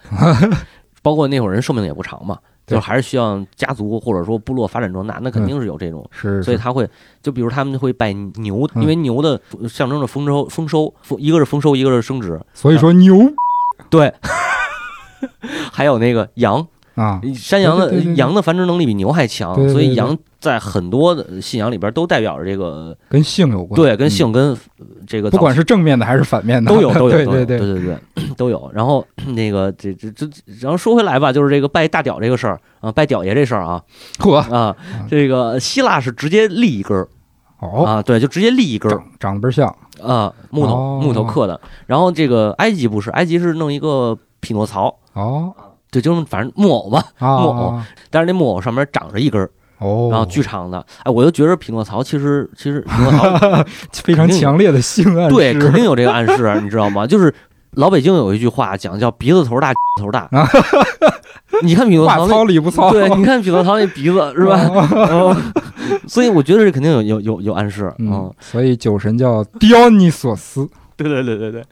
[SPEAKER 3] 包括那会儿人寿命也不长嘛，
[SPEAKER 1] 对嗯
[SPEAKER 3] 就还是需要家族或者说部落发展壮大，那肯定是有这种。
[SPEAKER 1] 是，
[SPEAKER 3] 所以
[SPEAKER 1] 是
[SPEAKER 3] 他会，就比如他们会拜牛，
[SPEAKER 1] 嗯
[SPEAKER 3] 因为牛的呃象征着丰收、丰收，丰一个是丰收，一个是升值。
[SPEAKER 1] 所以说牛
[SPEAKER 3] 对， 还有那个羊，
[SPEAKER 1] 啊，
[SPEAKER 3] 山羊的
[SPEAKER 1] 对对对对
[SPEAKER 3] 羊的繁殖能力比牛还强
[SPEAKER 1] 对，对对
[SPEAKER 3] 所以
[SPEAKER 1] 对
[SPEAKER 3] 羊在很多的信仰里边都代表着这个
[SPEAKER 1] 跟性有关，
[SPEAKER 3] 对跟
[SPEAKER 1] 嗯，
[SPEAKER 3] 性跟呃这个
[SPEAKER 1] 不管
[SPEAKER 3] 早
[SPEAKER 1] 是正面的还是反面的，
[SPEAKER 3] 都有都有
[SPEAKER 1] 对
[SPEAKER 3] 都有
[SPEAKER 1] 对
[SPEAKER 3] 对对对都有。然后 那个这这这，然后说回来吧，就是这个拜大屌这个事儿啊，拜屌爷这事儿啊
[SPEAKER 1] 呵，
[SPEAKER 3] 啊，这个希腊是直接立一根儿
[SPEAKER 1] 哦，
[SPEAKER 3] 啊，对，就直接立一根儿
[SPEAKER 1] 长长得倍儿像，
[SPEAKER 3] 啊，木头
[SPEAKER 1] 哦
[SPEAKER 3] 木头刻的。然后这个埃及不是，埃及是弄一个匹诺曹，
[SPEAKER 1] 哦
[SPEAKER 3] 对，就是反正木偶吧，木偶
[SPEAKER 1] 啊，
[SPEAKER 3] 但是那木偶上面长着一根儿。
[SPEAKER 1] 哦，
[SPEAKER 3] 哦然后巨长的，哎，我就觉得匹诺曹其实其实匹 诺曹
[SPEAKER 1] 非常强烈的性暗示，
[SPEAKER 3] 对肯定有这个暗示，啊你知道吗？就是老北京有一句话讲叫鼻子头大 头大，你看匹诺
[SPEAKER 1] 啊话
[SPEAKER 3] 曹
[SPEAKER 1] 糙理不糙，
[SPEAKER 3] 那，对，你看匹诺曹那鼻子是吧？
[SPEAKER 1] 吧？
[SPEAKER 3] 嗯，所以我觉得这肯定有有有有暗示，
[SPEAKER 1] 嗯，，所以酒神叫狄奥尼索斯，
[SPEAKER 3] 对对对对对。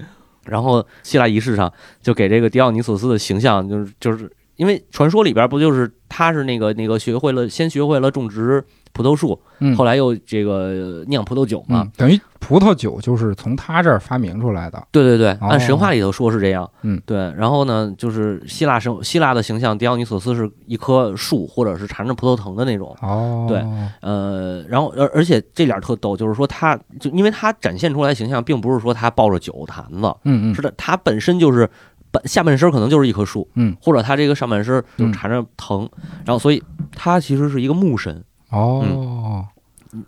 [SPEAKER 3] 然后希腊仪式上就给这个狄奥尼索斯的形象，就是就是因为传说里边不就是他是那个那个学会了先学会了种植葡萄树，
[SPEAKER 1] 嗯
[SPEAKER 3] 后来又这个酿葡萄酒嘛，
[SPEAKER 1] 嗯，等于葡萄酒就是从他这儿发明出来的，
[SPEAKER 3] 对对对，按
[SPEAKER 1] 哦
[SPEAKER 3] 神话里头说是这样。
[SPEAKER 1] 嗯，
[SPEAKER 3] 对。然后呢，就是希腊神希腊的形象，狄奥尼索斯是一棵树，或者是缠着葡萄藤的那种。
[SPEAKER 1] 哦，
[SPEAKER 3] 对，呃，然后而而且这点儿特逗，就是说他就因为他展现出来的形象，并不是说他抱着酒坛子，
[SPEAKER 1] 嗯嗯
[SPEAKER 3] 是，的，他本身就是本下半身可能就是一棵树，
[SPEAKER 1] 嗯，
[SPEAKER 3] 或者他这个上半身就
[SPEAKER 1] 嗯
[SPEAKER 3] 缠着藤，然后所以他其实是一个木神。
[SPEAKER 1] 哦，
[SPEAKER 3] 嗯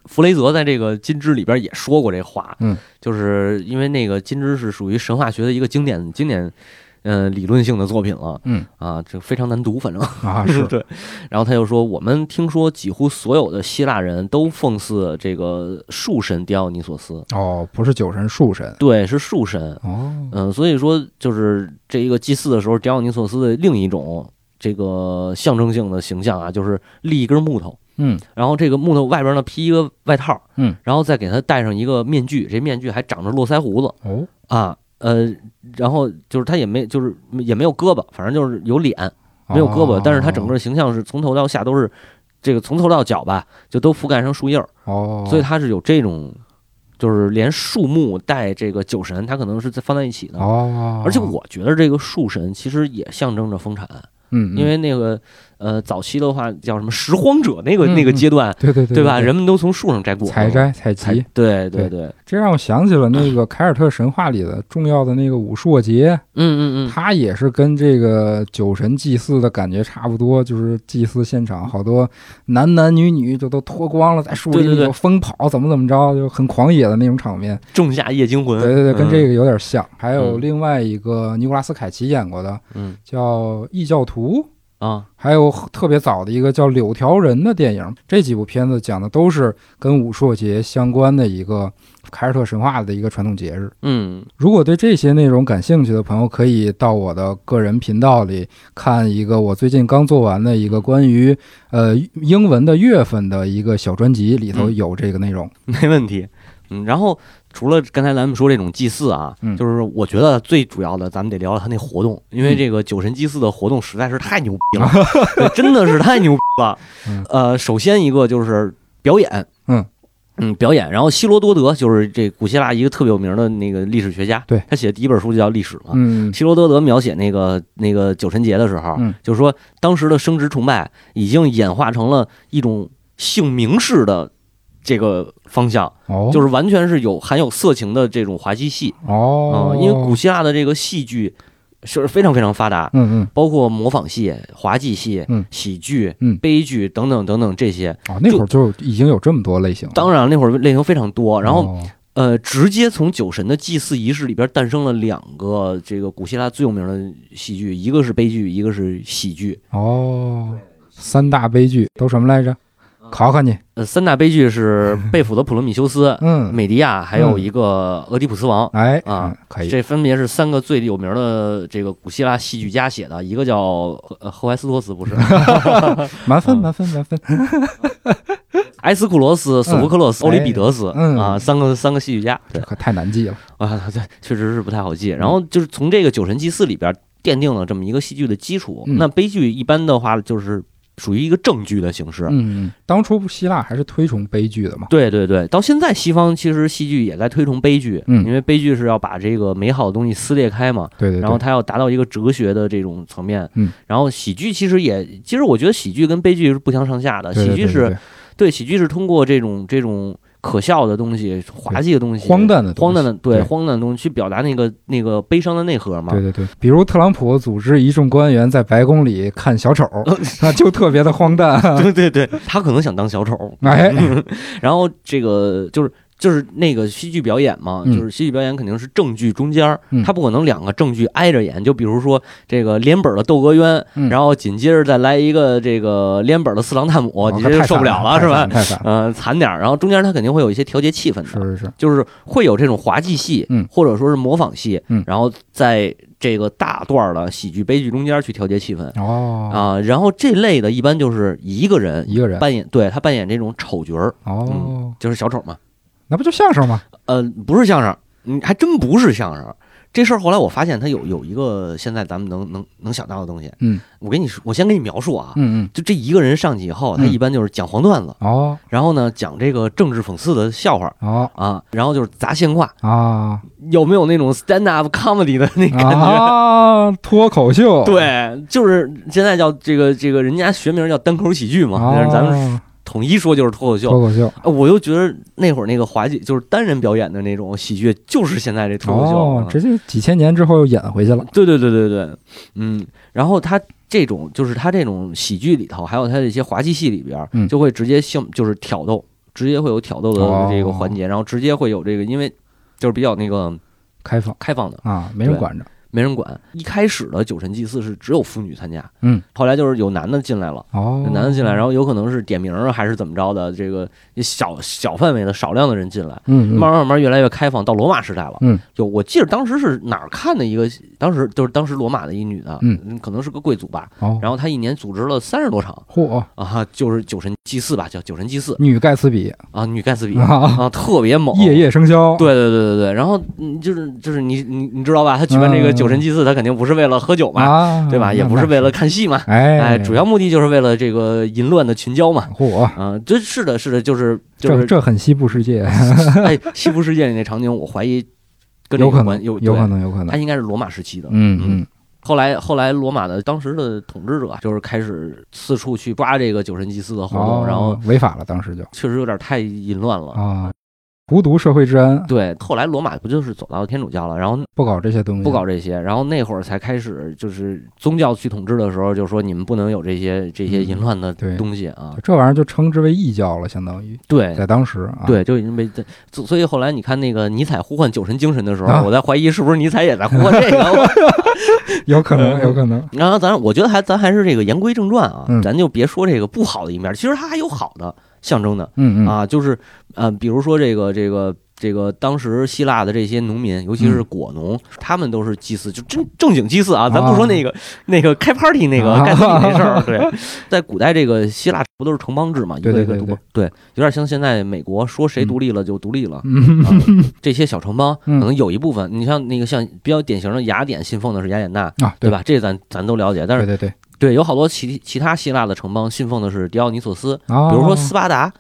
[SPEAKER 3] 弗雷泽在这个《金枝》里边也说过这话，
[SPEAKER 1] 嗯，
[SPEAKER 3] 就是因为那个《金枝》是属于神话学的一个经典经典，呃，理论性的作品了，
[SPEAKER 1] 嗯
[SPEAKER 3] 啊，这非常难读，反正
[SPEAKER 1] 啊是
[SPEAKER 3] 对。然后他就说，我们听说几乎所有的希腊人都奉祀这个树神狄奥尼索斯，
[SPEAKER 1] 哦，不是酒神，树神。
[SPEAKER 3] 对，是树神，
[SPEAKER 1] 哦，
[SPEAKER 3] 嗯、所以说就是这一个祭祀的时候，狄奥尼索斯的另一种这个象征性的形象啊，就是立一根木头。
[SPEAKER 1] 嗯，
[SPEAKER 3] 然后这个木头外边呢披一个外套，
[SPEAKER 1] 嗯，
[SPEAKER 3] 然后再给他戴上一个面具，这面具还长着络腮胡子
[SPEAKER 1] 哦，
[SPEAKER 3] 啊，呃，然后就是他也没就是也没有胳膊，反正就是有脸，
[SPEAKER 1] 哦
[SPEAKER 3] 没有胳膊，但是他整个形象是从头到下都是这个从头到脚吧，就都覆盖上树叶儿，
[SPEAKER 1] 哦，
[SPEAKER 3] 所以他是有这种就是连树木带这个酒神，它可能是在放在一起的。
[SPEAKER 1] 哦，
[SPEAKER 3] 而且我觉得这个树神其实也象征着丰产，
[SPEAKER 1] 嗯，嗯
[SPEAKER 3] 因为那个呃早期的话叫什么拾荒者那个
[SPEAKER 1] 嗯
[SPEAKER 3] 那个
[SPEAKER 1] 嗯
[SPEAKER 3] 阶段，
[SPEAKER 1] 对对对
[SPEAKER 3] 对吧？人们都从树上摘果，
[SPEAKER 1] 采摘采
[SPEAKER 3] 采
[SPEAKER 1] 集，
[SPEAKER 3] 对对对，
[SPEAKER 1] 这让我想起了那个凯尔特神话里的重要的那个武硕节，
[SPEAKER 3] 嗯嗯嗯，
[SPEAKER 1] 他也是跟这个酒神祭祀的感觉差不多，就是祭祀现场好多男男女女就都脱光了，在树
[SPEAKER 3] 对对
[SPEAKER 1] 林里
[SPEAKER 3] 对
[SPEAKER 1] 头疯跑，怎么怎么着，就很狂野的那种场面。
[SPEAKER 3] 仲夏夜惊魂，嗯
[SPEAKER 1] 对对对，跟这
[SPEAKER 3] 个
[SPEAKER 1] 个有点像。还有
[SPEAKER 3] 嗯
[SPEAKER 1] 另外一个尼古拉斯凯奇演过的
[SPEAKER 3] 嗯
[SPEAKER 1] 叫《异教徒》，
[SPEAKER 3] 啊
[SPEAKER 1] 还有特别早的一个叫《柳条人》的电影，这几部片子讲的都是跟武术节相关的一个凯尔特神话的一个传统节日。
[SPEAKER 3] 嗯
[SPEAKER 1] 如果对这些内容感兴趣的朋友，可以到我的个人频道里看一个我最近刚做完的一个关于呃英文的月份的一个小专辑，里头
[SPEAKER 3] 嗯
[SPEAKER 1] 有这个内容。
[SPEAKER 3] 没问题，嗯，然后除了刚才咱们说这种祭祀啊，
[SPEAKER 1] 嗯
[SPEAKER 3] 就是我觉得最主要的，咱们得聊聊他那活动，因为这个酒神祭祀的活动实在是太牛 逼了，对真的是太牛逼了
[SPEAKER 1] 嗯。
[SPEAKER 3] 呃，首先一个就是表演，
[SPEAKER 1] 嗯。
[SPEAKER 3] 嗯，表演。然后希罗多德就是这古希腊一个特别有名的那个历史学家，
[SPEAKER 1] 对
[SPEAKER 3] 他写的第一本书就叫《历史》嘛。
[SPEAKER 1] 嗯
[SPEAKER 3] 希罗多德描写那个那个酒神节的时候，
[SPEAKER 1] 嗯
[SPEAKER 3] 就是说当时的生殖崇拜已经演化成了一种性凝视的这个方向，
[SPEAKER 1] 哦，
[SPEAKER 3] 就是是完全是有含有色情的这种滑稽戏啊、
[SPEAKER 1] 哦，
[SPEAKER 3] 因为古希腊的这个戏剧是非常非常发达，
[SPEAKER 1] 嗯嗯
[SPEAKER 3] 包括模仿戏、滑稽戏、
[SPEAKER 1] 嗯
[SPEAKER 3] 喜剧、
[SPEAKER 1] 嗯
[SPEAKER 3] 悲剧等等等等这些。
[SPEAKER 1] 哦，那会儿就已经有这么多类型了。
[SPEAKER 3] 当然，那会儿类型非常多，然后
[SPEAKER 1] 哦
[SPEAKER 3] 呃，直接从酒神的祭祀仪式里边诞生了两个这个古希腊最有名的戏剧，一个是悲剧，一个是喜剧。
[SPEAKER 1] 哦，三大悲剧都什么来着？考考你，
[SPEAKER 3] 呃，三大悲剧是 贝甫的《普罗米修斯》、
[SPEAKER 1] 嗯，
[SPEAKER 3] 美狄亚，还有
[SPEAKER 1] 嗯
[SPEAKER 3] 一个《俄狄浦斯王》。
[SPEAKER 1] 哎
[SPEAKER 3] 啊
[SPEAKER 1] 嗯可以，
[SPEAKER 3] 这分别是三个最有名的这个古希腊戏剧家写的，一个叫呃赫淮斯托 斯，不是
[SPEAKER 1] 满分
[SPEAKER 3] 嗯
[SPEAKER 1] 满分满分，
[SPEAKER 3] 埃斯库罗斯、索福克勒斯、
[SPEAKER 1] 嗯
[SPEAKER 3] 欧里庇得斯、
[SPEAKER 1] 嗯
[SPEAKER 3] 啊，三个三个戏剧家。
[SPEAKER 1] 这
[SPEAKER 3] 对
[SPEAKER 1] 可太难记了。
[SPEAKER 3] 啊， 对，确实是不太好记。
[SPEAKER 1] 嗯
[SPEAKER 3] 然后就是从这个酒神祭祀里边奠定了这么一个戏剧的基础。
[SPEAKER 1] 嗯
[SPEAKER 3] 那悲剧一般的话就是属于一个正剧的形式。
[SPEAKER 1] 嗯，嗯当初希腊还是推崇悲剧的嘛。
[SPEAKER 3] 对对对，到现在西方其实戏剧也在推崇悲剧，
[SPEAKER 1] 嗯
[SPEAKER 3] 因为悲剧是要把这个美好的东西撕裂开嘛，
[SPEAKER 1] 对对，
[SPEAKER 3] 然后
[SPEAKER 1] 对
[SPEAKER 3] 它要达到一个哲学的这种层面，
[SPEAKER 1] 嗯，
[SPEAKER 3] 然后喜剧其实也，其实我觉得喜剧跟悲剧是不相上下的，
[SPEAKER 1] 对
[SPEAKER 3] 喜
[SPEAKER 1] 对
[SPEAKER 3] 剧
[SPEAKER 1] 对
[SPEAKER 3] 是
[SPEAKER 1] 对
[SPEAKER 3] 对喜剧是通过这种这种可笑的东西、滑稽的东西、
[SPEAKER 1] 荒诞的东西
[SPEAKER 3] 荒诞的对
[SPEAKER 1] 对
[SPEAKER 3] 荒诞的东西去表达那个那个悲伤的内核嘛
[SPEAKER 1] 对，对对，比如特朗普组织一众官员在白宫里看小 丑，那就特别的荒诞。
[SPEAKER 3] 对对对，啊他可能想当小丑，
[SPEAKER 1] 哎，
[SPEAKER 3] 嗯然后这个就是。就是那个戏剧表演嘛，
[SPEAKER 1] 嗯
[SPEAKER 3] 就是戏剧表演肯定是正剧中间儿，
[SPEAKER 1] 嗯
[SPEAKER 3] 他不可能两个正剧挨着演。就比如说这个连本儿的《窦娥冤》
[SPEAKER 1] 嗯
[SPEAKER 3] 然后紧接着再来一个这个连本儿的《四郎探母》
[SPEAKER 1] 哦
[SPEAKER 3] 你
[SPEAKER 1] 那
[SPEAKER 3] 这
[SPEAKER 1] 太
[SPEAKER 3] 受不了
[SPEAKER 1] 了，
[SPEAKER 3] 是吧？
[SPEAKER 1] 太惨了？太惨了
[SPEAKER 3] 嗯、惨点儿。然后中间他肯定会有一些调节气氛
[SPEAKER 1] 是
[SPEAKER 3] 的，
[SPEAKER 1] 是是，
[SPEAKER 3] 就是会有这种滑稽戏，
[SPEAKER 1] 嗯
[SPEAKER 3] 或者说是模仿戏，
[SPEAKER 1] 嗯
[SPEAKER 3] 然后在这个大段儿的喜剧、悲剧中间去调节气氛
[SPEAKER 1] 哦，
[SPEAKER 3] 啊、然后这类的一般就是一个人
[SPEAKER 1] 一个人
[SPEAKER 3] 扮演，对他扮演这种丑角儿，
[SPEAKER 1] 哦，
[SPEAKER 3] 就是小丑嘛。
[SPEAKER 1] 那不就相声吗？
[SPEAKER 3] 呃，不是相声，嗯，还真不是相声。这事儿后来我发现，它有有一个现在咱们能能能想到的东西。
[SPEAKER 1] 嗯，
[SPEAKER 3] 我给你说，我先给你描述啊，
[SPEAKER 1] 嗯嗯，
[SPEAKER 3] 就这一个人上去以后，他
[SPEAKER 1] 嗯
[SPEAKER 3] 一般就是讲黄段子，
[SPEAKER 1] 哦
[SPEAKER 3] 然后呢讲这个政治讽刺的笑话
[SPEAKER 1] 哦
[SPEAKER 3] 啊，然后就是砸现挂。
[SPEAKER 1] 啊
[SPEAKER 3] 有没有那种 stand up comedy 的那 感觉？
[SPEAKER 1] 啊，脱口秀，啊
[SPEAKER 3] 对，就是现在叫这个这个，人家学名叫单口喜剧嘛，但
[SPEAKER 1] 哦，
[SPEAKER 3] 是咱们统一说就是脱口秀
[SPEAKER 1] 脱。口秀，
[SPEAKER 3] 啊我又觉得那会儿那个滑稽，就是单人表演的那种喜剧，就是现在这脱口秀。
[SPEAKER 1] 哦
[SPEAKER 3] 嗯，
[SPEAKER 1] 直接几千年之后又演回去了。
[SPEAKER 3] 对对对对对，嗯，然后他这种就是他这种喜剧里头，还有他的一些滑稽戏里边儿，
[SPEAKER 1] 嗯
[SPEAKER 3] 就会直接性就是挑逗，直接会有挑逗
[SPEAKER 1] 哦
[SPEAKER 3] 的这个环节，然后直接会有这个，因为就是比较那个
[SPEAKER 1] 开放
[SPEAKER 3] 开放的，
[SPEAKER 1] 啊，没人
[SPEAKER 3] 对
[SPEAKER 1] 管着。
[SPEAKER 3] 没人管。一开始的酒神祭祀是只有妇女参加，
[SPEAKER 1] 嗯，
[SPEAKER 3] 后来就是有男的进来了。
[SPEAKER 1] 哦
[SPEAKER 3] 有，男的进来，然后有可能是点名儿还是怎么着的，这个小小范围的少量的人进来，
[SPEAKER 1] 嗯，嗯
[SPEAKER 3] 慢慢慢慢越来越开放，到罗马时代了。
[SPEAKER 1] 嗯，
[SPEAKER 3] 就我记得当时是哪儿看的一个，当时就是当时罗马的一女的，
[SPEAKER 1] 嗯，
[SPEAKER 3] 可能是个贵族吧。
[SPEAKER 1] 哦，
[SPEAKER 3] 然后她一年组织了三十多场
[SPEAKER 1] 嚯，哦
[SPEAKER 3] 啊，就是酒神祭祀吧，叫酒神祭祀
[SPEAKER 1] 女盖茨比
[SPEAKER 3] 啊，女盖茨比
[SPEAKER 1] 啊，
[SPEAKER 3] 啊，特别猛。哦
[SPEAKER 1] 夜夜笙箫，
[SPEAKER 3] 对对对对对，然后嗯，就是就是你你你知道吧？他举办这个
[SPEAKER 1] 嗯
[SPEAKER 3] 酒神祭祀，他肯定不是为了喝酒嘛，
[SPEAKER 1] 啊，
[SPEAKER 3] 对吧？也不是为了看戏嘛，
[SPEAKER 1] 哎
[SPEAKER 3] 哎，主要目的就是为了这个淫乱的群交嘛。
[SPEAKER 1] 嚯，
[SPEAKER 3] 啊，这是的，是的，就是就
[SPEAKER 1] 这
[SPEAKER 3] 是，
[SPEAKER 1] 这很西部世界，
[SPEAKER 3] 哎，西部世界里那场景，我怀疑跟这
[SPEAKER 1] 有可
[SPEAKER 3] 个有关
[SPEAKER 1] 能，
[SPEAKER 3] 有
[SPEAKER 1] 有可，能，有可
[SPEAKER 3] 对它
[SPEAKER 1] 能，
[SPEAKER 3] 应该是罗马时期的。
[SPEAKER 1] 嗯嗯，
[SPEAKER 3] 后来后来罗马的当时的统治者就是开始四处去抓这个酒神祭祀的活动，
[SPEAKER 1] 哦
[SPEAKER 3] 然后
[SPEAKER 1] 违法了，当时就
[SPEAKER 3] 确实有点太淫乱了。
[SPEAKER 1] 啊，荼毒社会治安，
[SPEAKER 3] 对，后来罗马不就是走到天主教了，然后
[SPEAKER 1] 不搞这些东西，
[SPEAKER 3] 不搞这些，然后那会儿才开始就是宗教去统治的时候，就说你们不能有这些这些淫乱的
[SPEAKER 1] 嗯对
[SPEAKER 3] 东西啊，
[SPEAKER 1] 这玩意儿就称之为异教了，相当于
[SPEAKER 3] 对。
[SPEAKER 1] 在当时啊，，
[SPEAKER 3] 对，就已经被这，所所以后来你看那个尼采呼唤酒神精神的时候，
[SPEAKER 1] 啊
[SPEAKER 3] 我在怀疑是不是尼采也在呼唤这个。我
[SPEAKER 1] 有可能，
[SPEAKER 3] 嗯
[SPEAKER 1] 有可能，
[SPEAKER 3] 然后咱我觉得还咱还是这个言归正传啊，
[SPEAKER 1] 嗯
[SPEAKER 3] 咱就别说这个不好的一面，其实它还有好的象征的
[SPEAKER 1] 嗯嗯，
[SPEAKER 3] 啊，就是呃，比如说这个这个这个当时希腊的这些农民，尤其是
[SPEAKER 1] 嗯
[SPEAKER 3] 果农，他们都是祭祀，就正正经祭祀啊，咱不说那个、那个开 party 那个
[SPEAKER 1] 啊
[SPEAKER 3] 盖茨比那 事儿，对，在古代这个希腊不都是城邦制嘛，一
[SPEAKER 1] 对
[SPEAKER 3] 个
[SPEAKER 1] 对
[SPEAKER 3] 一个
[SPEAKER 1] 对
[SPEAKER 3] 独，对，有点像现在美国说谁独立了就独立了。
[SPEAKER 1] 嗯
[SPEAKER 3] 啊，这些小城邦可
[SPEAKER 1] 嗯
[SPEAKER 3] 能有一部分，你像那个像比较典型的雅典信奉的是雅典娜，
[SPEAKER 1] 啊，
[SPEAKER 3] 对
[SPEAKER 1] 吧？
[SPEAKER 3] 吧？这咱咱都了解，但
[SPEAKER 1] 对对
[SPEAKER 3] 是
[SPEAKER 1] 对，
[SPEAKER 3] 对有好多其其他希腊的城邦信奉的是狄奥尼索斯，
[SPEAKER 1] 啊，
[SPEAKER 3] 比如说斯巴达，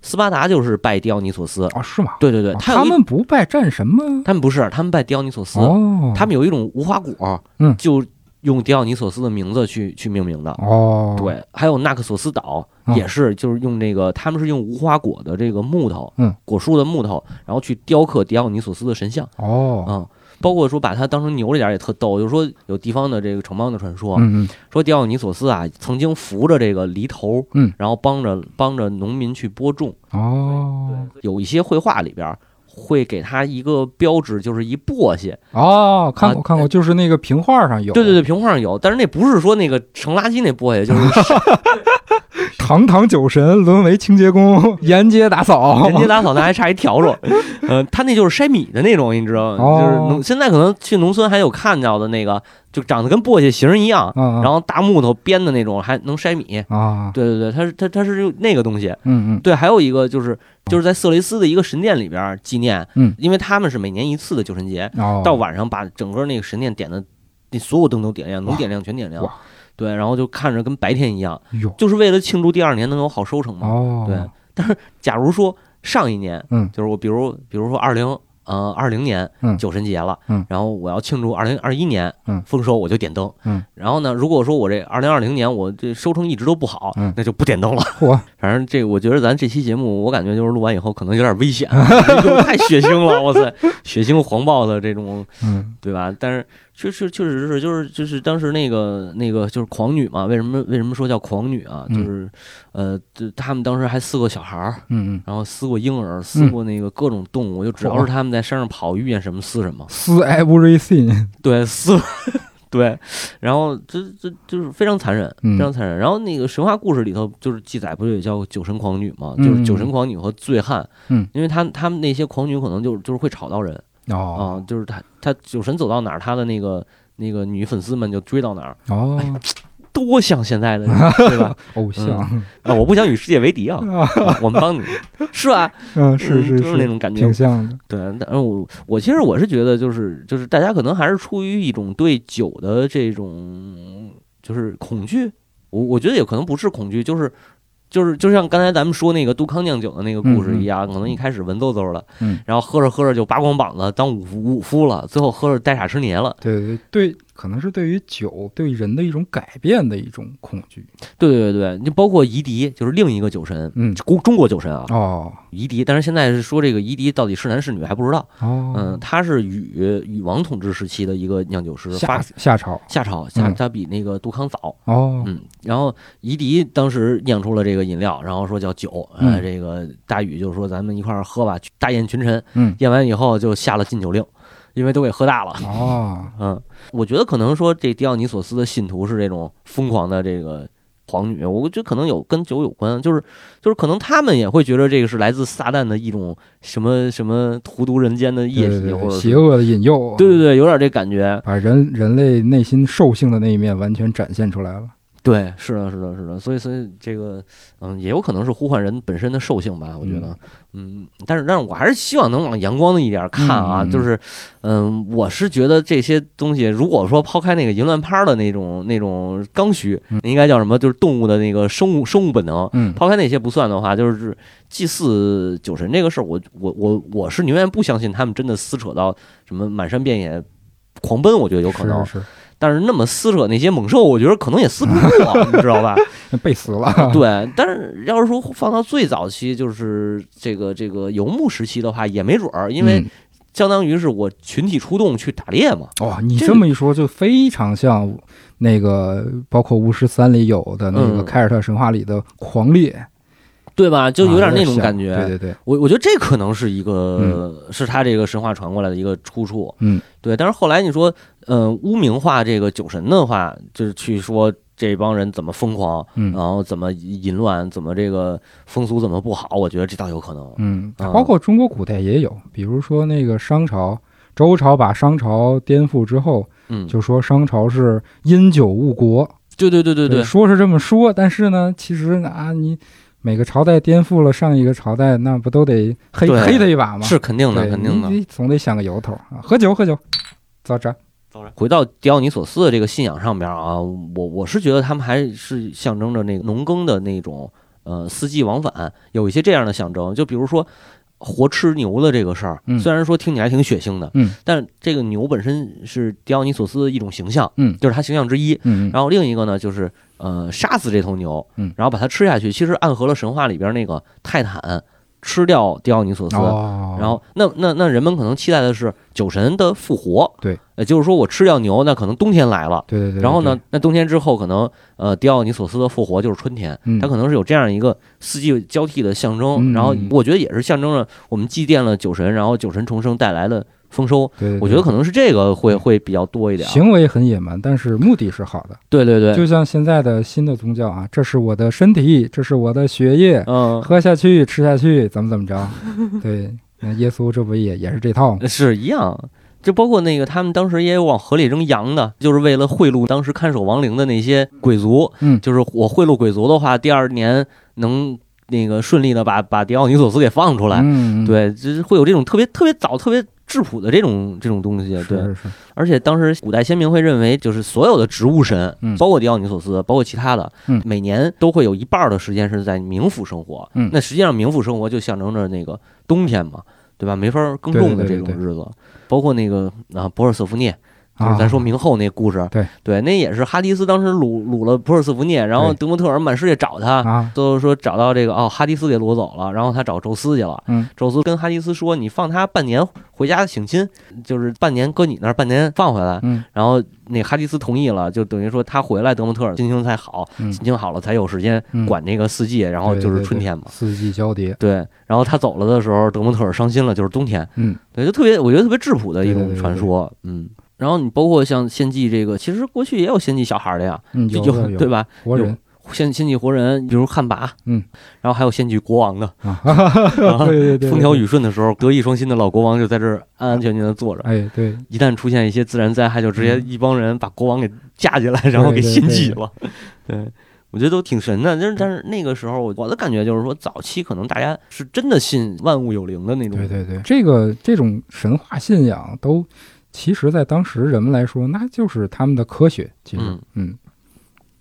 [SPEAKER 3] 斯巴达就是拜狄奥尼索斯。
[SPEAKER 1] 哦，是吗？
[SPEAKER 3] 对对对，
[SPEAKER 1] 哦
[SPEAKER 3] 他有
[SPEAKER 1] 他
[SPEAKER 3] 一
[SPEAKER 1] 们不拜战神吗？
[SPEAKER 3] 他们不是，他们拜狄奥尼索斯，
[SPEAKER 1] 哦，
[SPEAKER 3] 他们有一种无花果，
[SPEAKER 1] 嗯
[SPEAKER 3] 就用狄奥尼索斯的名字去去命名的。
[SPEAKER 1] 哦，，
[SPEAKER 3] 对，还有纳克索斯岛
[SPEAKER 1] 哦
[SPEAKER 3] 也是，就是用那个他们是用无花果的这个木头，
[SPEAKER 1] 嗯，
[SPEAKER 3] 果树的木头，然后去雕刻狄奥尼索斯的神像
[SPEAKER 1] 哦，
[SPEAKER 3] 啊、包括说把它当成牛这点儿也特逗，就是说有地方的这个城邦的传说，
[SPEAKER 1] 嗯嗯，
[SPEAKER 3] 说狄奥尼索斯啊曾经扶着这个犁头，
[SPEAKER 1] 嗯，
[SPEAKER 3] 然后帮着帮着农民去播种，
[SPEAKER 1] 哦，
[SPEAKER 3] 有一些绘画里边儿会给他一个标志，就是一簸箕。
[SPEAKER 1] 哦，看过
[SPEAKER 3] 啊
[SPEAKER 1] 看过，就是那个平画上有，
[SPEAKER 3] 对对对，屏幕上有，但是那不是说那个盛垃圾那簸箕，就是
[SPEAKER 1] 堂堂酒神沦为清洁工， 沿街打扫啊
[SPEAKER 3] 人。家打扫那还差一笤 帚。嗯，他那就是筛米的那种，你知道吗？
[SPEAKER 1] 哦
[SPEAKER 3] 就是农现在可能去农村还有看到的那个，就长得跟簸箕形儿一样，
[SPEAKER 1] 啊，
[SPEAKER 3] 然后大木头编的那种，还能筛米。
[SPEAKER 1] 啊，
[SPEAKER 3] 对对对，它是它它是用那个东西。
[SPEAKER 1] 嗯嗯，
[SPEAKER 3] 对，还有一个就是就是在色雷斯的一个神殿里边儿纪念，
[SPEAKER 1] 嗯
[SPEAKER 3] 因为他们是每年一次的酒神节，
[SPEAKER 1] 哦，
[SPEAKER 3] 到晚上把整个那个神殿点的，那所有灯都点亮，能点亮全点亮
[SPEAKER 1] 哇。
[SPEAKER 3] 对，然后就看着跟白天一样，
[SPEAKER 1] 哟，
[SPEAKER 3] 就是为了庆祝第二年能有好收成嘛。
[SPEAKER 1] 哦，
[SPEAKER 3] 嗯对，但是假如说上一年，
[SPEAKER 1] 嗯
[SPEAKER 3] 就是我比如比如说二零呃二零年
[SPEAKER 1] 嗯
[SPEAKER 3] 酒神节了，
[SPEAKER 1] 嗯
[SPEAKER 3] 然后我要庆祝二零二一年
[SPEAKER 1] 嗯
[SPEAKER 3] 丰收，我就点灯，
[SPEAKER 1] 嗯，
[SPEAKER 3] 然后呢，如果说我这二零二零年我这收成一直都不好，
[SPEAKER 1] 嗯
[SPEAKER 3] 那就不点灯了。
[SPEAKER 1] 嚯，
[SPEAKER 3] 反正这我觉得咱这期节目，我感觉就是录完以后可能有点危险，就是 太血腥了，哇塞，血腥黄暴的这种
[SPEAKER 1] 嗯，
[SPEAKER 3] 对吧？但是确确确实是，就是就是当时那个那个就是狂女嘛，为什么为什么说叫狂女啊？就
[SPEAKER 1] 嗯
[SPEAKER 3] 是、呃，就他们当时还撕过小孩儿，
[SPEAKER 1] 嗯嗯，
[SPEAKER 3] 然后撕过婴儿，撕过那个各种动物，就只要
[SPEAKER 1] 嚯
[SPEAKER 3] 是他们在山上跑，遇见什么撕什么，
[SPEAKER 1] 撕 everything，
[SPEAKER 3] 对，撕。 对，然后这这就是非常残忍，
[SPEAKER 1] 嗯
[SPEAKER 3] 非常残忍。然后那个神话故事里头就是记载，不是也叫酒神狂女嘛？
[SPEAKER 1] 嗯
[SPEAKER 3] 就是酒神狂女和醉汉，
[SPEAKER 1] 嗯，
[SPEAKER 3] 因为他他们那些狂女可能就是就是会吵到人，啊、
[SPEAKER 1] 哦
[SPEAKER 3] 就是他他酒神走到哪儿，他的那个那个女粉丝们就追到哪儿，
[SPEAKER 1] 哦，
[SPEAKER 3] 多像现在的 人，对吧？
[SPEAKER 1] 偶像，
[SPEAKER 3] 啊，我不想与世界为 敌啊，啊我们帮你，是吧？
[SPEAKER 1] 嗯，是
[SPEAKER 3] 嗯
[SPEAKER 1] 是
[SPEAKER 3] 就是那
[SPEAKER 1] 是，
[SPEAKER 3] 种感觉
[SPEAKER 1] 挺。像的，
[SPEAKER 3] 对，但是我我其实我是觉得，就是就是大家可能还是出于一种对酒的这种就是恐惧，我我觉得也可能不是恐惧，就是。就是就像刚才咱们说那个杜康酿酒的那个故事一样，可能一开始文绉绉的，
[SPEAKER 1] 嗯
[SPEAKER 3] 然后喝着喝着就扒光膀子当武夫武夫了，最后喝着带傻吃年了，
[SPEAKER 1] 对对对，可能是对于酒对人的一种改变的一种恐惧，
[SPEAKER 3] 对对对，你包括夷狄，就是另一个酒神，
[SPEAKER 1] 嗯，
[SPEAKER 3] 中中国酒神啊，
[SPEAKER 1] 哦
[SPEAKER 3] 夷狄。但是现在是说这个夷狄到底是男是女还不知道。嗯
[SPEAKER 1] 哦，，
[SPEAKER 3] 他是禹禹王统治时期的一个酿酒师，
[SPEAKER 1] 夏
[SPEAKER 3] 发
[SPEAKER 1] 夏朝，
[SPEAKER 3] 夏朝夏
[SPEAKER 1] 嗯
[SPEAKER 3] 他比那个杜康早。
[SPEAKER 1] 哦，
[SPEAKER 3] 嗯，然后夷狄当时酿出了这个饮料，然后说叫酒。呃，
[SPEAKER 1] 嗯
[SPEAKER 3] 这个大禹就说咱们一块儿喝吧，大宴群臣。
[SPEAKER 1] 嗯，
[SPEAKER 3] 宴完以后就下了禁酒令，因为都给喝大了。
[SPEAKER 1] 哦，
[SPEAKER 3] 嗯，我觉得可能说这狄奥尼索斯的信徒是这种疯狂的这个皇女，我觉得可能有跟酒有关，就是就是可能他们也会觉得这个是来自撒旦的一种什么什么荼毒人间的液
[SPEAKER 1] 对
[SPEAKER 3] 体，
[SPEAKER 1] 对
[SPEAKER 3] 或者
[SPEAKER 1] 对，
[SPEAKER 3] 是
[SPEAKER 1] 邪恶的引诱，
[SPEAKER 3] 对对对，有点这感觉。
[SPEAKER 1] 把人人类内心兽性的那一面完全展现出来了。
[SPEAKER 3] 对，是的，是的，是的，所以，所以这个，嗯，也有可能是呼唤人本身的兽性吧，我觉得，嗯，但是，但是我还是希望能往阳光的一点看啊，
[SPEAKER 1] 嗯
[SPEAKER 3] 就是，嗯，我是觉得这些东西，如果说抛开那个淫乱趴的那种那种刚需，应该叫什么？就是动物的那个生物生物本能，
[SPEAKER 1] 嗯
[SPEAKER 3] 抛开那些不算的话，就是祭祀酒神这个事儿，我我我我是宁愿不相信他们真的撕扯到什么满山遍野狂奔，我觉得有可能，
[SPEAKER 1] 是
[SPEAKER 3] 但是那么撕扯那些猛兽，我觉得可能也撕不过，你知 道吧？
[SPEAKER 1] 是背死了，
[SPEAKER 3] 对，但是要是说放到最早期，就是这个这个游牧时期的话，也没准儿， 因为
[SPEAKER 1] 嗯
[SPEAKER 3] 相当于是我群体出动去打猎嘛。
[SPEAKER 1] 哇，你
[SPEAKER 3] 这
[SPEAKER 1] 这么一说就非常像那个包括《巫师三》里有的那个
[SPEAKER 3] 嗯
[SPEAKER 1] 凯尔特神话里的狂猎，
[SPEAKER 3] 对吧？就有点
[SPEAKER 1] 啊
[SPEAKER 3] 那种
[SPEAKER 1] 像
[SPEAKER 3] 感觉。
[SPEAKER 1] 对对对，
[SPEAKER 3] 我我觉得这可能是一个、是他这个神话传过来的一个出处。
[SPEAKER 1] 嗯，
[SPEAKER 3] 对。但是后来你说，呃，污名化这个酒神的话，就是去说这帮人怎么疯狂，
[SPEAKER 1] 嗯
[SPEAKER 3] 然后怎么淫乱，怎么这个风俗怎么不好，我觉得这倒有可能。
[SPEAKER 1] 嗯，
[SPEAKER 3] 啊
[SPEAKER 1] 包括中国古代也有，比如说那个商朝，周朝把商朝颠覆之后，
[SPEAKER 3] 嗯，
[SPEAKER 1] 就说商朝是因酒误国，
[SPEAKER 3] 对对对对对，
[SPEAKER 1] 说是这么说，但是呢，其实呢啊，你每个朝代颠覆了上一个朝代，那不都得黑
[SPEAKER 3] 对
[SPEAKER 1] 黑他一把吗？
[SPEAKER 3] 是肯定的，
[SPEAKER 1] 对
[SPEAKER 3] 肯定
[SPEAKER 1] 你
[SPEAKER 3] 的。
[SPEAKER 1] 你总得想个由头啊，喝酒喝酒，走着，
[SPEAKER 3] 回到狄奥尼索斯的这个信仰上边啊，我我是觉得他们还是象征着那个农耕的那种呃四季往返，有一些这样的象征，就比如说。活吃牛的这个事儿
[SPEAKER 1] 嗯，
[SPEAKER 3] 虽然说听起来挺血腥的，
[SPEAKER 1] 嗯，
[SPEAKER 3] 但这个牛本身是狄奥尼索斯的一种形象，
[SPEAKER 1] 嗯
[SPEAKER 3] 就是他形象之一。
[SPEAKER 1] 嗯
[SPEAKER 3] 然后另一个呢，就是呃，杀死这头牛，
[SPEAKER 1] 嗯
[SPEAKER 3] 然后把它吃下去，其实暗合了神话里边那个泰坦吃掉狄奥尼索斯，
[SPEAKER 1] 哦，
[SPEAKER 3] 然后那那那人们可能期待的是酒神的复活，
[SPEAKER 1] 对，
[SPEAKER 3] 也就是说我吃掉牛，那可能冬天来了。
[SPEAKER 1] 对对对，
[SPEAKER 3] 然后呢
[SPEAKER 1] 对，，
[SPEAKER 3] 那冬天之后可能，呃，狄奥尼索斯的复活就是春天，
[SPEAKER 1] 嗯
[SPEAKER 3] 它可能是有这样一个四季交替的象征。
[SPEAKER 1] 嗯
[SPEAKER 3] 然后我觉得也是象征了我们祭奠了酒神，然后酒神重生带来了丰收。
[SPEAKER 1] 对对对
[SPEAKER 3] 我觉得可能是这个会会比较多一点。，
[SPEAKER 1] 行为很野蛮，但是目的是好的。
[SPEAKER 3] 对对对，
[SPEAKER 1] 就像现在的新的宗教啊，这是我的身体，这是我的血液，
[SPEAKER 3] 嗯，
[SPEAKER 1] 喝下去，吃下去，怎么怎么着？ 对，那耶稣这不也也是这套吗？
[SPEAKER 3] 是一样。就包括那个，他们当时也有往河里扔羊的，就是为了贿赂当时看守亡灵的那些鬼族。
[SPEAKER 1] 嗯
[SPEAKER 3] 就是我贿赂鬼族的话，第二年能那个顺利的把把迪奥尼索斯给放出来。
[SPEAKER 1] 嗯，嗯，
[SPEAKER 3] 对，就是会有这种特别特别早、特别质朴的这种这种东西。对，
[SPEAKER 1] 是是是，
[SPEAKER 3] 而且当时古代先民会认为，就是所有的植物神，
[SPEAKER 1] 嗯
[SPEAKER 3] 包括狄奥尼索斯，包括其他的，
[SPEAKER 1] 嗯
[SPEAKER 3] 每年都会有一半儿的时间是在冥府生活。
[SPEAKER 1] 嗯
[SPEAKER 3] 那实际上冥府生活就象征着那个冬天嘛，对吧？没法儿耕种的
[SPEAKER 1] 对对
[SPEAKER 3] 这
[SPEAKER 1] 对
[SPEAKER 3] 种
[SPEAKER 1] 对
[SPEAKER 3] 日子，包括那个啊博尔瑟福涅。就是
[SPEAKER 1] 啊，
[SPEAKER 3] 咱说明后那故事，
[SPEAKER 1] 对
[SPEAKER 3] 那也是哈迪斯当时掳掳了博尔瑟福涅，然后
[SPEAKER 1] 对
[SPEAKER 3] 德莫特尔满世界找他，
[SPEAKER 1] 啊，
[SPEAKER 3] 就是说找到这个哦，哈迪斯给掳走了，然后他找宙斯去了。
[SPEAKER 1] 嗯，
[SPEAKER 3] 宙斯跟哈迪斯说：“你放他半年回家省亲，就是半年搁你那儿，半年放回来。
[SPEAKER 1] 嗯”
[SPEAKER 3] 然后那哈迪斯同意了，就等于说他回来，德蒙特尔心情才好，
[SPEAKER 1] 嗯
[SPEAKER 3] 心情好了才有时间
[SPEAKER 1] 嗯，
[SPEAKER 3] 管这个四季，然后
[SPEAKER 1] 对
[SPEAKER 3] 就是
[SPEAKER 1] 对
[SPEAKER 3] 春
[SPEAKER 1] 对
[SPEAKER 3] 天嘛。
[SPEAKER 1] 四季交叠，
[SPEAKER 3] 对，然后他走了的时候，德蒙特尔伤心了，就是冬天。
[SPEAKER 1] 嗯，
[SPEAKER 3] 对，就特别，我觉得特别质朴的
[SPEAKER 1] 对
[SPEAKER 3] 一
[SPEAKER 1] 对
[SPEAKER 3] 种
[SPEAKER 1] 对对
[SPEAKER 3] 传
[SPEAKER 1] 对
[SPEAKER 3] 说。嗯，然后你包括像献祭这个，其实过去也有献祭小孩儿的呀，
[SPEAKER 1] 嗯，有
[SPEAKER 3] 就有
[SPEAKER 1] 有
[SPEAKER 3] 对
[SPEAKER 1] 有
[SPEAKER 3] 吧？
[SPEAKER 1] 活人
[SPEAKER 3] 献献祭活人，比如旱魃，
[SPEAKER 1] 嗯，
[SPEAKER 3] 然后还有献祭国王的，
[SPEAKER 1] 啊， 对对对，
[SPEAKER 3] 风调
[SPEAKER 1] 对，
[SPEAKER 3] 雨顺的时候，德艺双馨的老国王就在这儿安安全全的坐着。
[SPEAKER 1] 哎，对，
[SPEAKER 3] 一旦出现一些自然灾害，就直接一帮人把国王给架起来，
[SPEAKER 1] 嗯对
[SPEAKER 3] 然后给献祭了。对，我觉得都挺神的。但是但是那个时候，我的感觉就是说，早期可能大家是真的信万物有灵的那种。
[SPEAKER 1] 对对对，嗯这个这种神话信仰都，其实在当时人们来说，那就是他们的科学，其实
[SPEAKER 3] 嗯，
[SPEAKER 1] 嗯，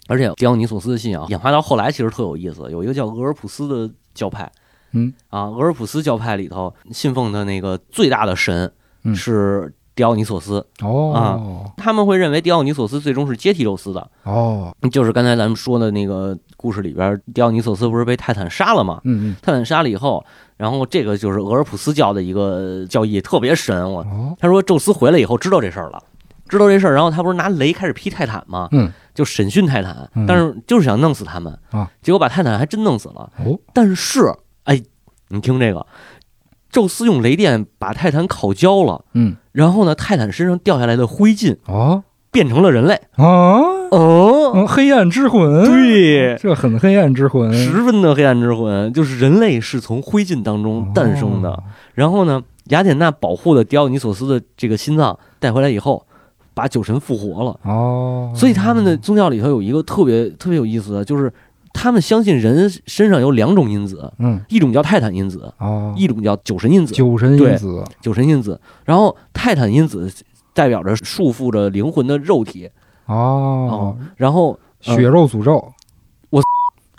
[SPEAKER 3] 而且迪奥尼索斯的信仰演化到后来，其实特有意思。有一个叫俄尔普斯的教派，
[SPEAKER 1] 嗯
[SPEAKER 3] 啊，俄尔普斯教派里头信奉的那个最大的神
[SPEAKER 1] 嗯
[SPEAKER 3] 是迪奥尼索斯，
[SPEAKER 1] 哦
[SPEAKER 3] 他们会认为迪奥尼索斯最终是接替宙斯的。
[SPEAKER 1] 哦，
[SPEAKER 3] 就是刚才咱们说的那个故事里边，迪奥尼索斯不是被泰坦杀了吗？
[SPEAKER 1] 嗯
[SPEAKER 3] 泰坦杀了以后，然后这个就是俄尔普斯教的一个教义，特别神。我
[SPEAKER 1] 嗯，哦，
[SPEAKER 3] 他说宙斯回来以后知道这事儿了，知道这事儿，然后他不是拿雷开始劈泰坦吗？
[SPEAKER 1] 嗯，
[SPEAKER 3] 就审讯泰坦
[SPEAKER 1] 嗯，
[SPEAKER 3] 但是就是想弄死他们
[SPEAKER 1] 啊，
[SPEAKER 3] 结果把泰坦还真弄死了。
[SPEAKER 1] 哦，
[SPEAKER 3] 但是，哎，你听这个，宙斯用雷电把泰坦烤焦了，
[SPEAKER 1] 嗯，
[SPEAKER 3] 然后呢，泰坦身上掉下来的灰烬
[SPEAKER 1] 哦。
[SPEAKER 3] 变成了人类。
[SPEAKER 1] 啊，
[SPEAKER 3] 哦，
[SPEAKER 1] 嗯，黑暗之魂，，
[SPEAKER 3] 对，
[SPEAKER 1] 这很黑暗之魂，
[SPEAKER 3] 十分的黑暗之魂，就是人类是从灰烬当中诞生的。
[SPEAKER 1] 哦
[SPEAKER 3] 然后呢，雅典娜保护的狄奥尼索斯的这个心脏带回来以后，把酒神复活了。
[SPEAKER 1] 哦，
[SPEAKER 3] 所以他们的宗教里头有一个特别特别有意思的，就是他们相信人身上有两种因子，
[SPEAKER 1] 嗯
[SPEAKER 3] 一种叫泰坦因子，
[SPEAKER 1] 哦，
[SPEAKER 3] 一种叫酒神因子。
[SPEAKER 1] 酒神因
[SPEAKER 3] 对
[SPEAKER 1] 子
[SPEAKER 3] 酒神因子，然后泰坦因子代表着束缚着灵魂的肉体，
[SPEAKER 1] 哦，
[SPEAKER 3] 然后呃
[SPEAKER 1] 血肉诅咒，哦
[SPEAKER 3] 我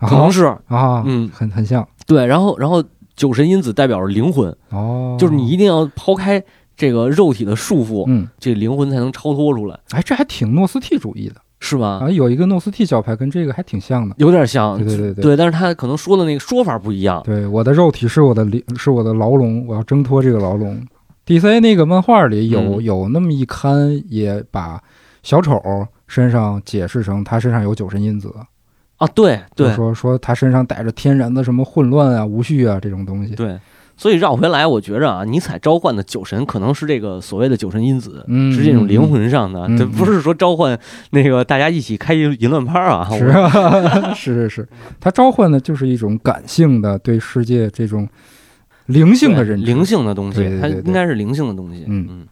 [SPEAKER 3] 可能是、
[SPEAKER 1] 啊，
[SPEAKER 3] 嗯
[SPEAKER 1] 很很像
[SPEAKER 3] 对，然后然后酒神因子代表着灵魂，
[SPEAKER 1] 哦，
[SPEAKER 3] 就是你一定要抛开这个肉体的束缚，
[SPEAKER 1] 嗯，
[SPEAKER 3] 这灵魂才能超脱出来，
[SPEAKER 1] 哎，这还挺诺斯替主义的
[SPEAKER 3] 是吧？
[SPEAKER 1] 啊，有一个诺斯替教派跟这个还挺像的，
[SPEAKER 3] 有点像，
[SPEAKER 1] 对对对对
[SPEAKER 3] 但嗯是他可能说的那个说法不一样，
[SPEAKER 1] 对，我的肉体是我的灵，是我的牢笼，我要挣脱这个牢笼。DC 那个漫画里有、
[SPEAKER 3] 嗯
[SPEAKER 1] 有那么一刊，也把小丑身上解释成他身上有酒神因子，
[SPEAKER 3] 啊，对
[SPEAKER 1] 就
[SPEAKER 3] 对
[SPEAKER 1] 说说他身上带着天然的什么混乱啊、无序啊这种东西。
[SPEAKER 3] 对，所以绕回来，我觉着啊，尼采召唤的酒神可能是这个所谓的酒神因子，
[SPEAKER 1] 嗯
[SPEAKER 3] 是这种灵魂上的，
[SPEAKER 1] 嗯
[SPEAKER 3] 这
[SPEAKER 1] 嗯
[SPEAKER 3] 不是说召唤那个大家一起开淫淫乱趴啊，
[SPEAKER 1] 是啊， 是是是，他召唤的就是一种感性的对世界这种灵性的认知。
[SPEAKER 3] 灵性的东西
[SPEAKER 1] 对对，对
[SPEAKER 3] 它
[SPEAKER 1] 对
[SPEAKER 3] 应该是灵性的东西。
[SPEAKER 1] 嗯
[SPEAKER 3] 嗯